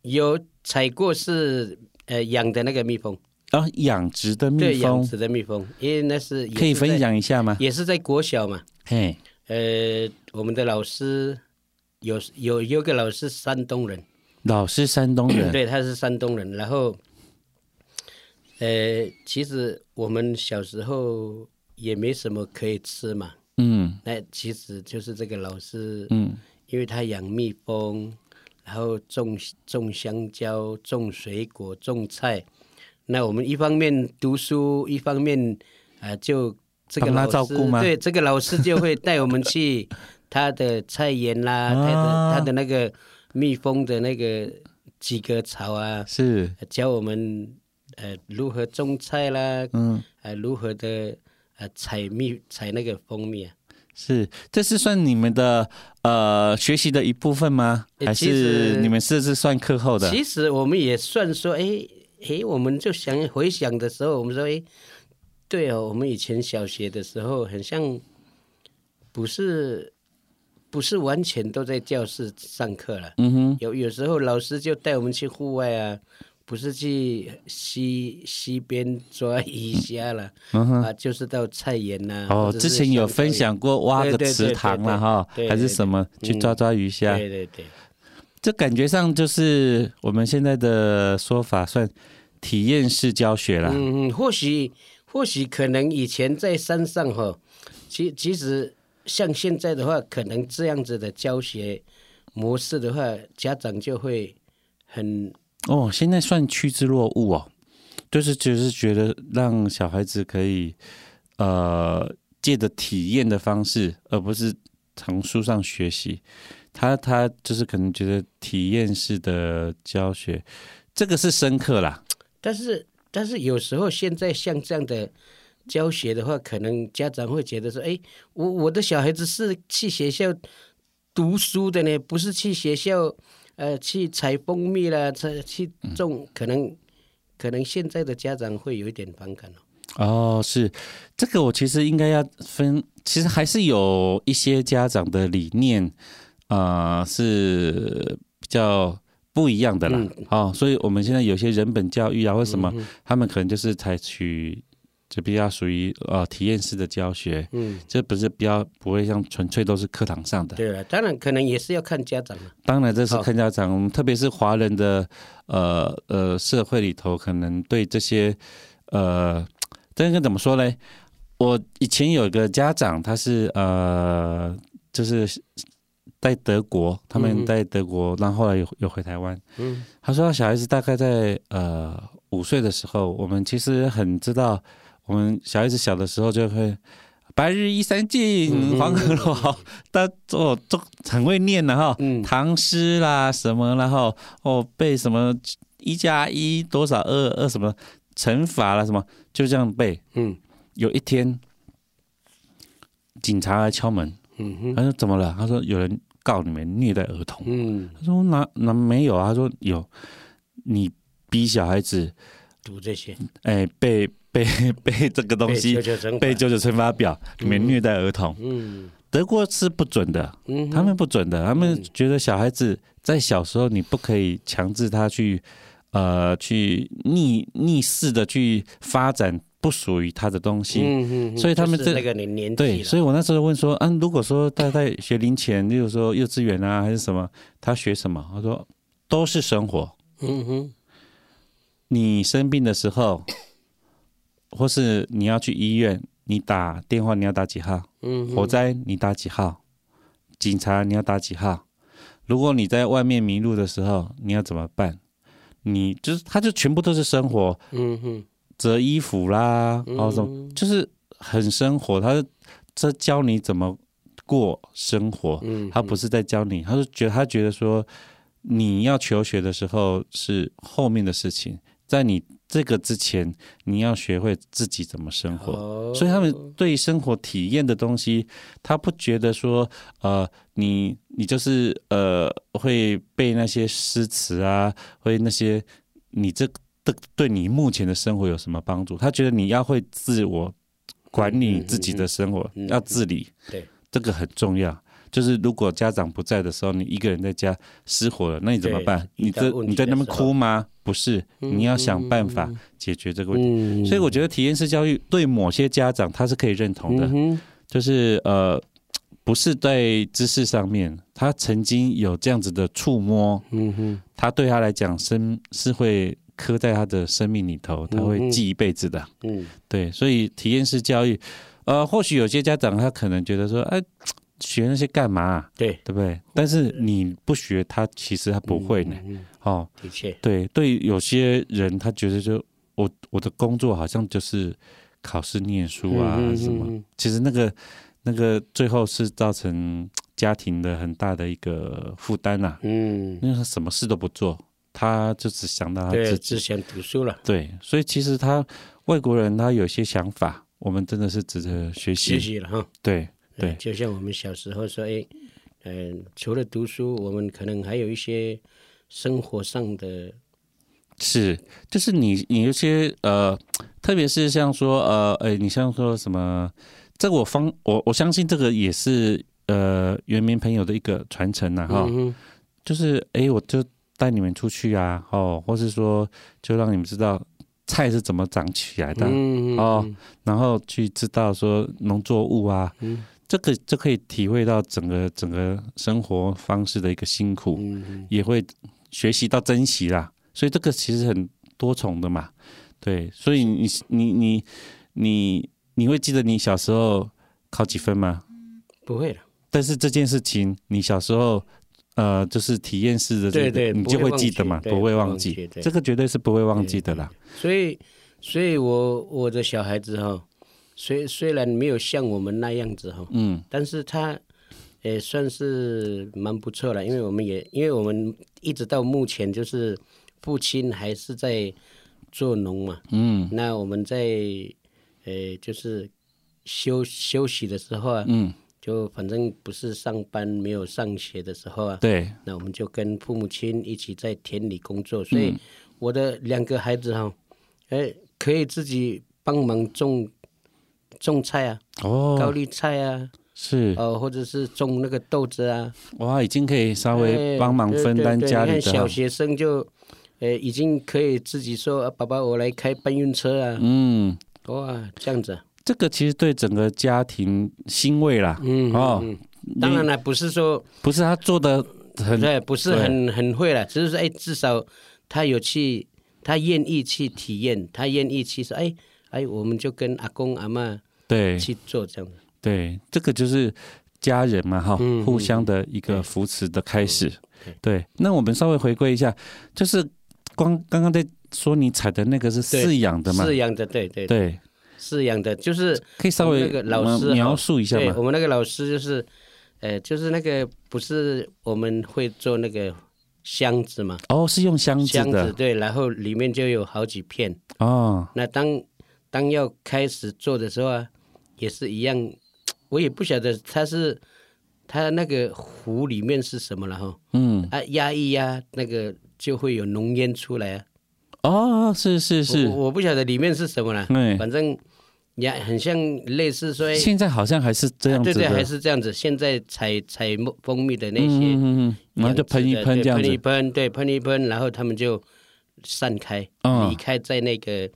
[SPEAKER 2] 有采过是呃养的那个蜜蜂，
[SPEAKER 3] 啊，养殖的
[SPEAKER 2] 对
[SPEAKER 3] 蜜
[SPEAKER 2] 养
[SPEAKER 3] 蜂
[SPEAKER 2] 殖的蜜蜂，因为那是也是
[SPEAKER 3] 可以分
[SPEAKER 2] 在，
[SPEAKER 3] 享一下吗？
[SPEAKER 2] 也是在国小嘛。
[SPEAKER 3] 嘿，
[SPEAKER 2] 呃，我们的老师有有有个老师山东人，
[SPEAKER 3] 老是山东人，
[SPEAKER 2] 对，他是山东人。然后，呃，其实我们小时候也没什么可以吃嘛。
[SPEAKER 3] 嗯
[SPEAKER 2] 那其实就是这个老师，
[SPEAKER 3] 嗯，
[SPEAKER 2] 因为他养蜜蜂，然后种种香蕉、种水果、种菜。那我们一方面读书，一方面啊、呃就这个
[SPEAKER 3] 帮他
[SPEAKER 2] 老师
[SPEAKER 3] 照顾吗
[SPEAKER 2] 对，这个老师就会带我们 去
[SPEAKER 3] 啊
[SPEAKER 2] 他的菜园啦，他的他的那个蜜蜂的那个鸡哥草啊，
[SPEAKER 3] 是，
[SPEAKER 2] 呃教我们呃如何种菜啦，
[SPEAKER 3] 嗯，
[SPEAKER 2] 呃如何的呃采蜜采那个蜂蜜啊。
[SPEAKER 3] 是，这是算你们的呃学习的一部分吗？
[SPEAKER 2] 呃
[SPEAKER 3] 还
[SPEAKER 2] 其实
[SPEAKER 3] 是你们这是算课后的？
[SPEAKER 2] 其实我们也算说，哎哎，我们就想回想的时候，我们说，哎，对哦，我们以前小学的时候，很像不是不是完全都在教室上课了，
[SPEAKER 3] 嗯哼，
[SPEAKER 2] 有有时候老师就带我们去户外啊，不是去溪溪边抓鱼虾了，
[SPEAKER 3] 嗯哼。
[SPEAKER 2] 啊，就是到菜园呐、
[SPEAKER 3] 哦
[SPEAKER 2] 或，者
[SPEAKER 3] 之
[SPEAKER 2] 是
[SPEAKER 3] 前
[SPEAKER 2] 香
[SPEAKER 3] 有
[SPEAKER 2] 蕉
[SPEAKER 3] 分
[SPEAKER 2] 园
[SPEAKER 3] 享过挖
[SPEAKER 2] 对
[SPEAKER 3] 个
[SPEAKER 2] 对对
[SPEAKER 3] 池
[SPEAKER 2] 对
[SPEAKER 3] 塘
[SPEAKER 2] 对
[SPEAKER 3] 了哈
[SPEAKER 2] 对，
[SPEAKER 3] 还
[SPEAKER 2] 对
[SPEAKER 3] 是什么去抓抓鱼虾？
[SPEAKER 2] 对对对，
[SPEAKER 3] 这感觉上就是我们现在的说法，算体验式教学啦。
[SPEAKER 2] 嗯，嗯，或许或许可能以前在山上哈，其其实像现在的话，可能这样子的教学模式的话，家长就会很
[SPEAKER 3] 哦，现在算趋之若鹜哦，就是就是觉得让小孩子可以呃借着体验的方式，而不是从书上学习。他他就是可能觉得体验式的教学，这个是深刻啦。
[SPEAKER 2] 但是但是有时候现在像这样的教学的话，可能家长会觉得说，哎，我我的小孩子是去学校读书的呢，不是去学校呃去采蜂蜜啦，采去种，可能可能现在的家长会有一点反感哦。
[SPEAKER 3] 哦，是这个，我其实应该要分，其实还是有一些家长的理念，啊，是比较不一样的啦。哦，所以我们现在有些人本教育啊，或什么，他们可能就是采取就比较属于呃体验式的教学，
[SPEAKER 2] 嗯，
[SPEAKER 3] 这不是比较不会像纯粹都是课堂上的。
[SPEAKER 2] 对了，当然可能也是要看家长啊了。
[SPEAKER 3] 当然，这是
[SPEAKER 2] 好
[SPEAKER 3] 看家长，我们特别是华人的呃呃社会里头，可能对这些呃，这应该怎么说嘞？我以前有一个家长，他是呃，就是在德国，他
[SPEAKER 2] 嗯
[SPEAKER 3] 们
[SPEAKER 2] 哼
[SPEAKER 3] 在德国，然后后来有有回台湾，
[SPEAKER 2] 嗯
[SPEAKER 3] 他说小孩子大概在呃五岁的时候，我们其实很知道，我们小孩子小的时候就会“白日依山
[SPEAKER 2] 嗯
[SPEAKER 3] 尽，黄河落好”，他做做很会念的哈，
[SPEAKER 2] 嗯，
[SPEAKER 3] 唐诗啦什么，然后哦背什么一加一多少二二什么乘法啦什么，就这样背。
[SPEAKER 2] 嗯
[SPEAKER 3] 有一天，警察来敲门，
[SPEAKER 2] 嗯
[SPEAKER 3] 他说怎么了？他说有人告你们虐待儿童。
[SPEAKER 2] 嗯，
[SPEAKER 3] 他说哪哪没有啊？他说有，你逼小孩子
[SPEAKER 2] 读这些
[SPEAKER 3] 哎背背 背这个东西
[SPEAKER 2] 被，九九乘法
[SPEAKER 3] 背，九九乘法表里面虐待儿童，
[SPEAKER 2] 嗯
[SPEAKER 3] 德国是不准的，
[SPEAKER 2] 嗯哼，
[SPEAKER 3] 他们不准的，他们觉得小孩子在小时候你不可以强制他去呃去逆逆势的去发展不属于他的东西，
[SPEAKER 2] 嗯嗯，
[SPEAKER 3] 所以他们
[SPEAKER 2] 就是
[SPEAKER 3] 这
[SPEAKER 2] 那个年年纪
[SPEAKER 3] 对，
[SPEAKER 2] 了
[SPEAKER 3] 所以我那时候问说，嗯、如果说他在学龄前，例如说幼稚园啊还是什么，他学什么？他说都是生活。
[SPEAKER 2] 嗯哼，
[SPEAKER 3] 你生病的时候，或是你要去医院，你打电话你要打几号？
[SPEAKER 2] 嗯哼
[SPEAKER 3] 火灾你打几号？警察你要打几号？如果你在外面迷路的时候，你要怎么办？你就是，他就全部都是生活，
[SPEAKER 2] 嗯哼，嗯
[SPEAKER 3] 折衣服啦，然后什么，就是很生活。他是这教你怎么过生活，
[SPEAKER 2] 嗯
[SPEAKER 3] 他不是在教你，他是觉得他觉得说你要求学的时候是后面的事情，在你这个之前，你要学会自己怎么生活。
[SPEAKER 2] 哦
[SPEAKER 3] 所以他们对生活体验的东西，他不觉得说，呃，你你就是呃会背那些诗词啊，会那些你这对对你目前的生活有什么帮助？他觉得你要会自我管理
[SPEAKER 2] 嗯嗯
[SPEAKER 3] 自己的生活，
[SPEAKER 2] 嗯嗯
[SPEAKER 3] 要自理，
[SPEAKER 2] 对，
[SPEAKER 3] 这个很重要。就是如果家长不在的时候，你一个人在家失火了，那你怎么
[SPEAKER 2] 对
[SPEAKER 3] 办？你
[SPEAKER 2] 遇到
[SPEAKER 3] 这
[SPEAKER 2] 问题
[SPEAKER 3] 你在那边
[SPEAKER 2] 的时候
[SPEAKER 3] 哭吗？不是，你要想办法解决这个问题。
[SPEAKER 2] 嗯，
[SPEAKER 3] 所以我
[SPEAKER 2] 得
[SPEAKER 3] 觉得体验式教育对某些家长他是可以认同的，
[SPEAKER 2] 嗯
[SPEAKER 3] 就是呃，不是在知识上面，他曾经有这样子的触摸，
[SPEAKER 2] 哼，嗯哼，
[SPEAKER 3] 他对他来讲生是会刻在他的生命里头，他会记一辈子的。
[SPEAKER 2] 嗯
[SPEAKER 3] 对，所以体验式教育，呃，或许有些家长他可能觉得说，哎，学那些干嘛啊、
[SPEAKER 2] 对，
[SPEAKER 3] 对不对？但是你不学他，其实他不会呢。
[SPEAKER 2] 嗯，
[SPEAKER 3] 哦，
[SPEAKER 2] 的确，
[SPEAKER 3] 对对，有些人他觉得就我我的工作好像就是考试、念书啊
[SPEAKER 2] 嗯嗯嗯
[SPEAKER 3] 什么，
[SPEAKER 2] 嗯
[SPEAKER 3] 其实那个那个最后是造成家庭的很大的一个负担呐、啊
[SPEAKER 2] 嗯
[SPEAKER 3] 因为他什么事都不做，他就只想到他
[SPEAKER 2] 对，
[SPEAKER 3] 啊自
[SPEAKER 2] 只
[SPEAKER 3] 己。
[SPEAKER 2] 想读书了，
[SPEAKER 3] 对，所以其实他外国人他有些想法，我们真的是值得学
[SPEAKER 2] 学
[SPEAKER 3] 习。
[SPEAKER 2] 习了嗯哈。
[SPEAKER 3] 对对
[SPEAKER 2] 就像我们小时候说，哎，嗯、除了读书，我们可能还有一些生活上的
[SPEAKER 3] 是，就是你你有些呃，特别是像说呃，哎，你像说什么，这个我方我我相信这个也是呃原民朋友的一个传承呐、哈、
[SPEAKER 2] 嗯哼
[SPEAKER 3] 就是哎，我就带你们出去啊，哦，或是说就让你们知道菜是怎么长起来的，
[SPEAKER 2] 嗯
[SPEAKER 3] 哦，然后去知道说农作物啊，
[SPEAKER 2] 嗯
[SPEAKER 3] 这个就可以体会到整个整个生活方式的一个辛苦，
[SPEAKER 2] 嗯嗯
[SPEAKER 3] 也会学习到珍惜啦。所以这个其实很多重的嘛，对，所以你你你你你会记得你小时候考几分吗？
[SPEAKER 2] 不会了，
[SPEAKER 3] 但是这件事情，你小时候呃，就是体验式的、这个，
[SPEAKER 2] 对对
[SPEAKER 3] 你就会记得嘛，
[SPEAKER 2] 不会忘记
[SPEAKER 3] 不会
[SPEAKER 2] 对不会忘记，
[SPEAKER 3] 忘记
[SPEAKER 2] 对
[SPEAKER 3] 这个绝对是不会忘记的啦。
[SPEAKER 2] 所以，所以我我的小孩子哈、虽虽然没有像我们那样子哈、
[SPEAKER 3] 嗯，
[SPEAKER 2] 但是他也算是蛮不错了，因为我们也因为我们一直到目前就是父亲还是在做农嘛，嗯，那我们在呃就是休休息的时候啊，
[SPEAKER 3] 嗯，
[SPEAKER 2] 就反正不是上班没有上学的时候啊，
[SPEAKER 3] 对，
[SPEAKER 2] 那我们就跟父母亲一起在田里工作，所以我的两个孩子哈、哎，可以自己帮忙种种菜啊，高
[SPEAKER 3] 哦，
[SPEAKER 2] 丽菜啊，
[SPEAKER 3] 是
[SPEAKER 2] 哦、或者是种那个豆子啊，
[SPEAKER 3] 哇，已经可以稍微
[SPEAKER 2] 哎
[SPEAKER 3] 帮忙分担
[SPEAKER 2] 对对对
[SPEAKER 3] 家
[SPEAKER 2] 你看
[SPEAKER 3] 里的
[SPEAKER 2] 小
[SPEAKER 3] 哈，
[SPEAKER 2] 学生就，呃，已经可以自己说，啊、爸爸我来开搬运车啊，
[SPEAKER 3] 嗯，
[SPEAKER 2] 哇，这样子啊、
[SPEAKER 3] 这个其实对整个家庭欣慰啦。
[SPEAKER 2] 嗯
[SPEAKER 3] 哦，
[SPEAKER 2] 当然了，不是说
[SPEAKER 3] 不是他做的很
[SPEAKER 2] 对，不是很很会了，只是说哎，至少他有去，他愿意去体验，他愿意去说，哎哎，我们就跟阿公阿妈
[SPEAKER 3] 对
[SPEAKER 2] 去做这样子。
[SPEAKER 3] 对，这个就是家人嘛，哈，
[SPEAKER 2] 嗯
[SPEAKER 3] 互相的一
[SPEAKER 2] 对嗯
[SPEAKER 3] 个扶持的开始。
[SPEAKER 2] 对
[SPEAKER 3] 对，那我们稍微回归一下，就是光刚刚在说你采的那个是
[SPEAKER 2] 对
[SPEAKER 3] 饲养的嘛
[SPEAKER 2] 饲？养的，对对，
[SPEAKER 3] 对，
[SPEAKER 2] 饲养的，就是
[SPEAKER 3] 可以稍
[SPEAKER 2] 我们
[SPEAKER 3] 微
[SPEAKER 2] 那个老师
[SPEAKER 3] 描
[SPEAKER 2] 哈
[SPEAKER 3] 描述一下
[SPEAKER 2] 对
[SPEAKER 3] 嘛
[SPEAKER 2] 我？们那个老师就是，呃，就是那个不是我们会做那个箱子嘛，
[SPEAKER 3] 哦，是用箱子
[SPEAKER 2] 箱子
[SPEAKER 3] 的
[SPEAKER 2] 对，然后里面就有好几片，
[SPEAKER 3] 哦，
[SPEAKER 2] 那当当要开始做的时候啊，也是一样，我也不晓得它是它那个壶里面是什么了哈，
[SPEAKER 3] 嗯，
[SPEAKER 2] 啊压一压那个就会有浓烟出来啊，
[SPEAKER 3] 哦，是是
[SPEAKER 2] 我
[SPEAKER 3] 是，
[SPEAKER 2] 我不晓得里面是什么了，
[SPEAKER 3] 对
[SPEAKER 2] 反正也很像类似说，啊
[SPEAKER 3] 现在好像还是这样
[SPEAKER 2] 对
[SPEAKER 3] 子
[SPEAKER 2] 对，
[SPEAKER 3] 的，
[SPEAKER 2] 还是这样子，现在采采蜂蜜的那
[SPEAKER 3] 嗯
[SPEAKER 2] 些
[SPEAKER 3] 嗯
[SPEAKER 2] 养殖的。
[SPEAKER 3] 嗯嗯，然后就喷一喷
[SPEAKER 2] 对
[SPEAKER 3] 这样
[SPEAKER 2] 喷一
[SPEAKER 3] 子，
[SPEAKER 2] 喷，对，喷一喷，然后他们就散开，
[SPEAKER 3] 嗯
[SPEAKER 2] 离开在那个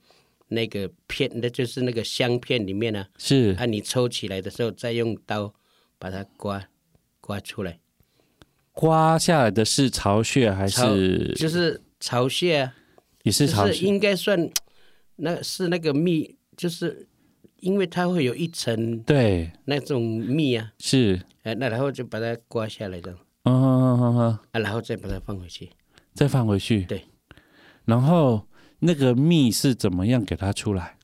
[SPEAKER 2] 那个片，那就是那个香片里面啊。
[SPEAKER 3] 是
[SPEAKER 2] 啊，你抽起来的时候再用刀把它刮刮出来，
[SPEAKER 3] 刮下来的是巢穴还
[SPEAKER 2] 巢
[SPEAKER 3] 是
[SPEAKER 2] 就是巢穴啊，
[SPEAKER 3] 也是
[SPEAKER 2] 就
[SPEAKER 3] 巢
[SPEAKER 2] 是
[SPEAKER 3] 穴？
[SPEAKER 2] 应该算那是那个蜜，就是因为它会有一层
[SPEAKER 3] 对，
[SPEAKER 2] 那种蜜啊，
[SPEAKER 3] 是，
[SPEAKER 2] 哎，那然后就把它刮下来这样，
[SPEAKER 3] 嗯嗯嗯嗯。
[SPEAKER 2] 啊，然后再把它放回去。
[SPEAKER 3] 再放回去。
[SPEAKER 2] 对，
[SPEAKER 3] 然后那个蜜是怎么样给它出来？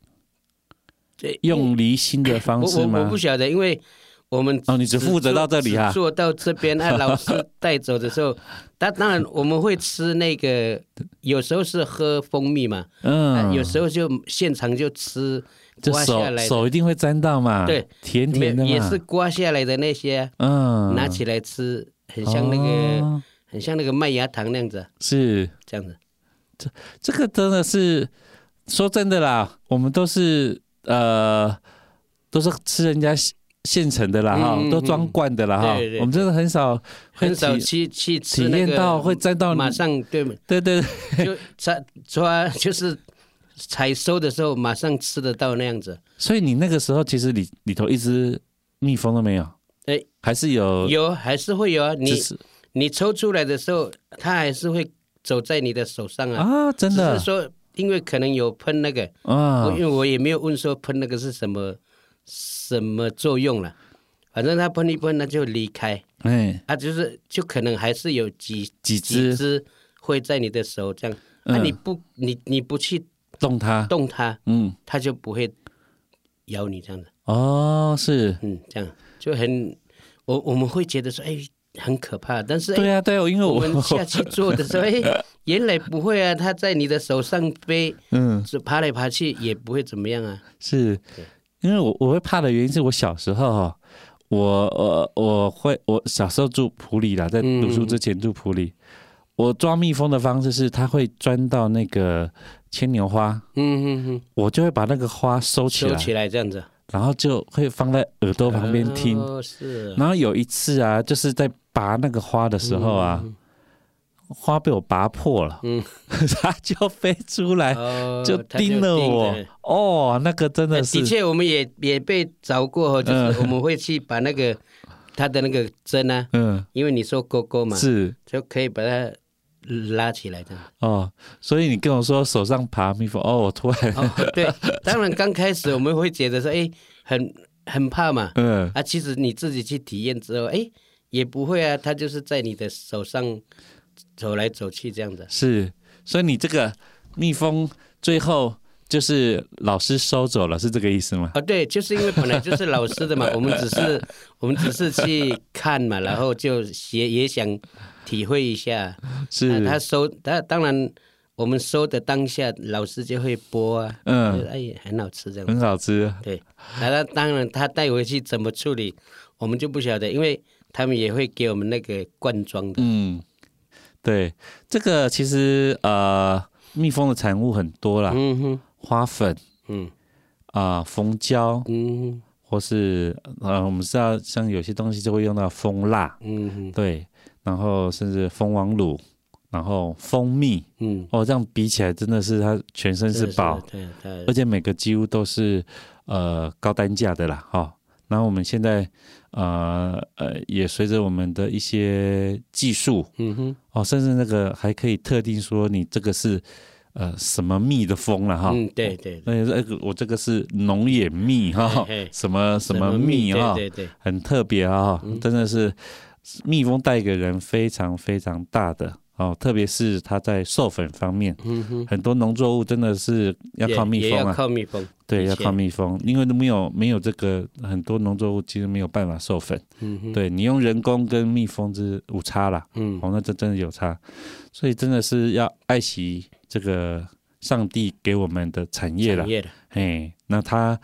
[SPEAKER 2] 对，
[SPEAKER 3] 用离心的方
[SPEAKER 2] 我
[SPEAKER 3] 式
[SPEAKER 2] 我我
[SPEAKER 3] 吗
[SPEAKER 2] 不？晓得，因为我们
[SPEAKER 3] 哦你只负责
[SPEAKER 2] 做
[SPEAKER 3] 到这里啊
[SPEAKER 2] 只做到这边 啊。老师带走的时候，他当然我们会吃那个，有时候是喝蜂蜜嘛，啊
[SPEAKER 3] 嗯，
[SPEAKER 2] 有时候就现场就吃
[SPEAKER 3] 就
[SPEAKER 2] 刮下
[SPEAKER 3] 手
[SPEAKER 2] 来的，
[SPEAKER 3] 手一定会沾到嘛，
[SPEAKER 2] 对，
[SPEAKER 3] 甜
[SPEAKER 2] 没有
[SPEAKER 3] 甜的嘛，
[SPEAKER 2] 也是刮下来的那些啊、
[SPEAKER 3] 嗯，
[SPEAKER 2] 拿起来吃，很像那个、
[SPEAKER 3] 哦
[SPEAKER 2] 很像那个麦芽糖那样子啊、
[SPEAKER 3] 是
[SPEAKER 2] 这样子。
[SPEAKER 3] 这个真的是说真的啦，我们都是呃都是吃人家现现成的啦哈，
[SPEAKER 2] 嗯嗯
[SPEAKER 3] 都装
[SPEAKER 2] 罐。
[SPEAKER 3] 罐的啦哈，
[SPEAKER 2] 对对对
[SPEAKER 3] 我们真的很少会
[SPEAKER 2] 很少
[SPEAKER 3] 体
[SPEAKER 2] 去去吃、
[SPEAKER 3] 体
[SPEAKER 2] 那个，
[SPEAKER 3] 验到会沾到
[SPEAKER 2] 马上对
[SPEAKER 3] 对对对
[SPEAKER 2] 就采抓 就是采收的时候马上吃得到那样子。
[SPEAKER 3] 所以你那个时候其实里里头一只蜜蜂都没有，
[SPEAKER 2] 哎
[SPEAKER 3] 还是有，
[SPEAKER 2] 有还是会有啊，你
[SPEAKER 3] 只是
[SPEAKER 2] 你抽出来的时候，它还是会走在你的手上啊。
[SPEAKER 3] 啊，真的
[SPEAKER 2] 只是说，因为可能有喷那个，
[SPEAKER 3] 啊
[SPEAKER 2] 我因为我也没有问说喷那个是什么什么作用了，反正它喷一喷，它就离开，
[SPEAKER 3] 哎，
[SPEAKER 2] 它就是就可能还是有几几
[SPEAKER 3] 几只
[SPEAKER 2] 只会在你的手这样。那、
[SPEAKER 3] 嗯
[SPEAKER 2] 你不你你不去
[SPEAKER 3] 动它，
[SPEAKER 2] 动它，
[SPEAKER 3] 嗯，
[SPEAKER 2] 它就不会咬你这样子。
[SPEAKER 3] 哦，是
[SPEAKER 2] 嗯，这样就很，我我们会觉得说，哎，很可怕。但是，
[SPEAKER 3] 对
[SPEAKER 2] 哎
[SPEAKER 3] 啊，对啊，因为
[SPEAKER 2] 我
[SPEAKER 3] 我
[SPEAKER 2] 们下去做的时候， 哎，原来不会啊，它在你的手上飞，
[SPEAKER 3] 嗯
[SPEAKER 2] 是爬来爬去也不会怎么样啊。
[SPEAKER 3] 是，因为我我会怕的原因是我小时候哈，我我我会我小时候住普里啦，在
[SPEAKER 2] 嗯
[SPEAKER 3] 读书之前住普里，我抓蜜蜂的方式是它会钻到那个牵牛花，
[SPEAKER 2] 嗯嗯嗯，
[SPEAKER 3] 我就会把那个花收起
[SPEAKER 2] 收
[SPEAKER 3] 来，
[SPEAKER 2] 起来这样子，
[SPEAKER 3] 然后就会放在耳朵旁边听。
[SPEAKER 2] 哦是啊，
[SPEAKER 3] 然后有一次啊，就是在拔那个花的时候啊，花被我拔破了，
[SPEAKER 2] 嗯
[SPEAKER 3] 它就飞出来，
[SPEAKER 2] 哦
[SPEAKER 3] 就
[SPEAKER 2] 它
[SPEAKER 3] 叮了我
[SPEAKER 2] 叮了。
[SPEAKER 3] 哦，那个真的
[SPEAKER 2] 呃
[SPEAKER 3] 是
[SPEAKER 2] 的确，我们也也被找过哦，就
[SPEAKER 3] 嗯
[SPEAKER 2] 是我们会去把那个它的那个针啊，
[SPEAKER 3] 嗯，
[SPEAKER 2] 因为你说勾勾嘛，
[SPEAKER 3] 是
[SPEAKER 2] 就可以把它拉起来的。
[SPEAKER 3] 哦，所以你跟我说手上爬蜜蜂，哦，我突然，
[SPEAKER 2] 哦，对，当然刚开始我们会觉得说，哎，很很怕嘛，
[SPEAKER 3] 嗯，
[SPEAKER 2] 啊，其实你自己去体验之后，哎，也不会啊，它就是在你的手上走来走去这样的。
[SPEAKER 3] 是，所以你这个蜜蜂最后就是老师收走了，是这个意思吗？
[SPEAKER 2] 哦，对，就是因为本来就是老师的嘛，我们只是我们只是去看嘛，然后就也也想体会一下。
[SPEAKER 3] 是，
[SPEAKER 2] 啊、他收他当然我们收的当下，老师就会播啊，就是
[SPEAKER 3] 嗯，
[SPEAKER 2] 哎很好吃这样子。
[SPEAKER 3] 很好吃，
[SPEAKER 2] 对，那他当然他带回去怎么处理，我们就不晓得，因为他们也会给我们那个罐装的。
[SPEAKER 3] 嗯，对，这个其实呃，蜜蜂的产物很多啦，
[SPEAKER 2] 嗯哼，
[SPEAKER 3] 花粉
[SPEAKER 2] 嗯
[SPEAKER 3] 啊、蜂胶，
[SPEAKER 2] 嗯
[SPEAKER 3] 或是呃，我们知道像有些东西就会用到蜂蜡，
[SPEAKER 2] 嗯哼
[SPEAKER 3] 对，然后甚至蜂王乳，然后蜂蜜，
[SPEAKER 2] 嗯，
[SPEAKER 3] 哦，这样比起来真的是它全身是宝，
[SPEAKER 2] 对对
[SPEAKER 3] 而且每个几乎都是呃高单价的啦，哈、然后我们现在呃呃也随着我们的一些技术
[SPEAKER 2] 嗯哼，
[SPEAKER 3] 哦，甚至那个还可以特定说你这个是呃什么蜜的蜂了哈。
[SPEAKER 2] 嗯对对，
[SPEAKER 3] 那那个我这个是龙眼蜜哈
[SPEAKER 2] 嘿嘿，
[SPEAKER 3] 什么什么蜜啊哈，
[SPEAKER 2] 对嗯对对，
[SPEAKER 3] 很特别啊、真的是蜜蜂带给人非常非常大的哦，特别是它在授粉方面，
[SPEAKER 2] 嗯哼，
[SPEAKER 3] 很多农作物真的是要
[SPEAKER 2] 也
[SPEAKER 3] 靠蜜
[SPEAKER 2] 也
[SPEAKER 3] 蜂
[SPEAKER 2] 要
[SPEAKER 3] 啊，
[SPEAKER 2] 靠蜜蜂，
[SPEAKER 3] 对，
[SPEAKER 2] 以
[SPEAKER 3] 要
[SPEAKER 2] 前
[SPEAKER 3] 靠，蜜蜂，因为没有没有这个，很多农作物其实没有办法授粉，
[SPEAKER 2] 嗯哼，，
[SPEAKER 3] 对你用人工跟蜜蜂之无差啦，
[SPEAKER 2] 嗯
[SPEAKER 3] 哦，那这真的有差，所以真的是要爱惜这个上帝给我们的产业啦
[SPEAKER 2] 产，业的，
[SPEAKER 3] 嘿，那它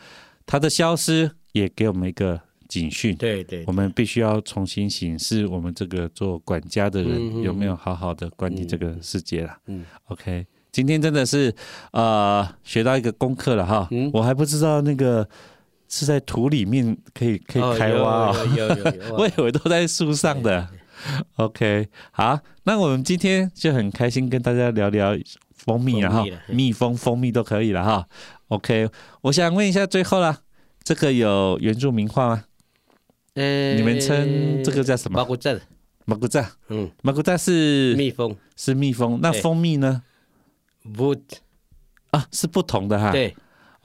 [SPEAKER 3] 它的消失也给我们一个警讯，
[SPEAKER 2] 对对
[SPEAKER 3] 我，们必须要重新审视我们这个做管家的
[SPEAKER 2] 嗯
[SPEAKER 3] 人
[SPEAKER 2] 哼
[SPEAKER 3] 有没有好好的管理这个世界啦。
[SPEAKER 2] 嗯
[SPEAKER 3] OK，今天真的是呃学到一个功课了哈，
[SPEAKER 2] 嗯
[SPEAKER 3] 我还不知道那个是在土里面可以可以开挖啊
[SPEAKER 2] 哦，有有有有有
[SPEAKER 3] 我以为都在树上的。OK，好，那我们今天就很开心跟大家聊聊蜂蜜啊了哈
[SPEAKER 2] 蜂蜜了，啊嘿
[SPEAKER 3] 蜜蜂、蜂蜜都可以了哈。OK，我想问一下最后啦，这个有原住民话吗？
[SPEAKER 2] 呃，
[SPEAKER 3] 你们称这个叫什么
[SPEAKER 2] 包谷镇，
[SPEAKER 3] 马古扎，
[SPEAKER 2] 呃嗯，
[SPEAKER 3] 马古扎是
[SPEAKER 2] 蜜蜂
[SPEAKER 3] 是蜜蜂，那
[SPEAKER 2] 对
[SPEAKER 3] 蜂蜜呢？
[SPEAKER 2] ，wood，
[SPEAKER 3] 啊，是不同的哈。，
[SPEAKER 2] 对嗯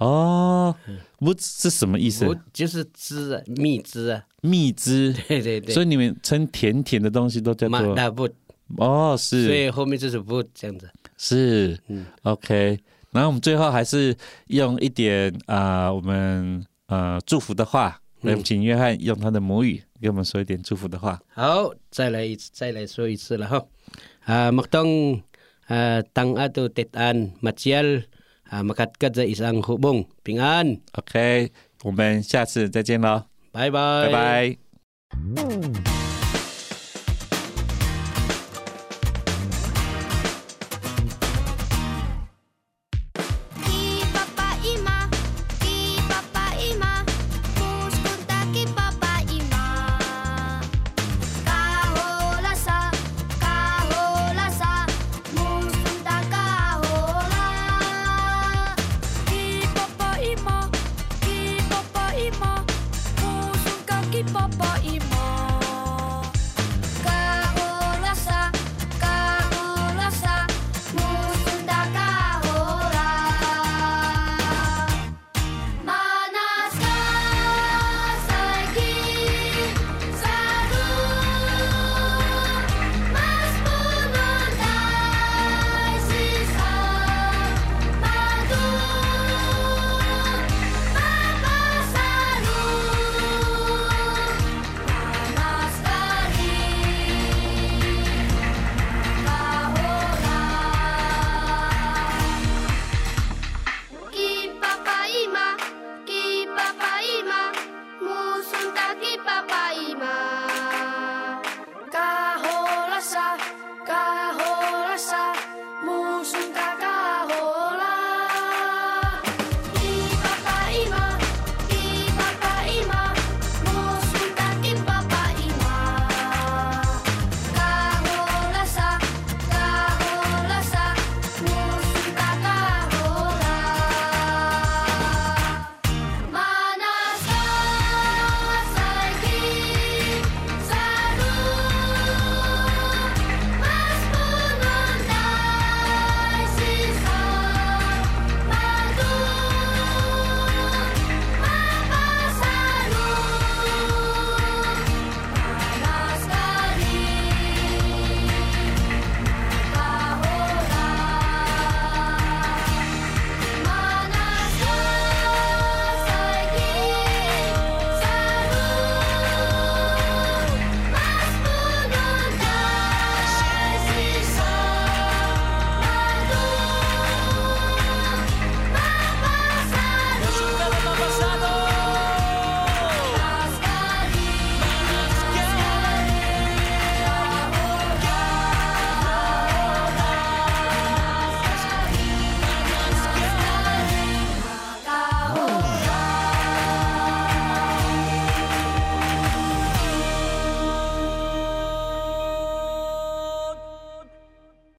[SPEAKER 3] 哦，不是什么意思？
[SPEAKER 2] ，wood 就是汁啊，蜜汁啊，
[SPEAKER 3] 蜜汁，
[SPEAKER 2] 对对对，
[SPEAKER 3] 所以你们称甜甜的东西都叫
[SPEAKER 2] 马
[SPEAKER 3] 做
[SPEAKER 2] 那 wood，
[SPEAKER 3] 哦，
[SPEAKER 2] 所
[SPEAKER 3] 是
[SPEAKER 2] 以后面就是 wood 这样子，
[SPEAKER 3] 是
[SPEAKER 2] 嗯
[SPEAKER 3] ，OK。然后我们最后还是用一点啊、呃我们呃祝福的话，
[SPEAKER 2] 嗯
[SPEAKER 3] 来请约翰用他的母语给我们说一点祝福的话。
[SPEAKER 2] 好，再来一次，再来说一次了哈。啊，magtong ah, tang ato tetan matial ah, makatkad sa isang hubong. Pingan.
[SPEAKER 3] OK，我们下次再见喽，
[SPEAKER 2] Bye bye.
[SPEAKER 3] 拜拜。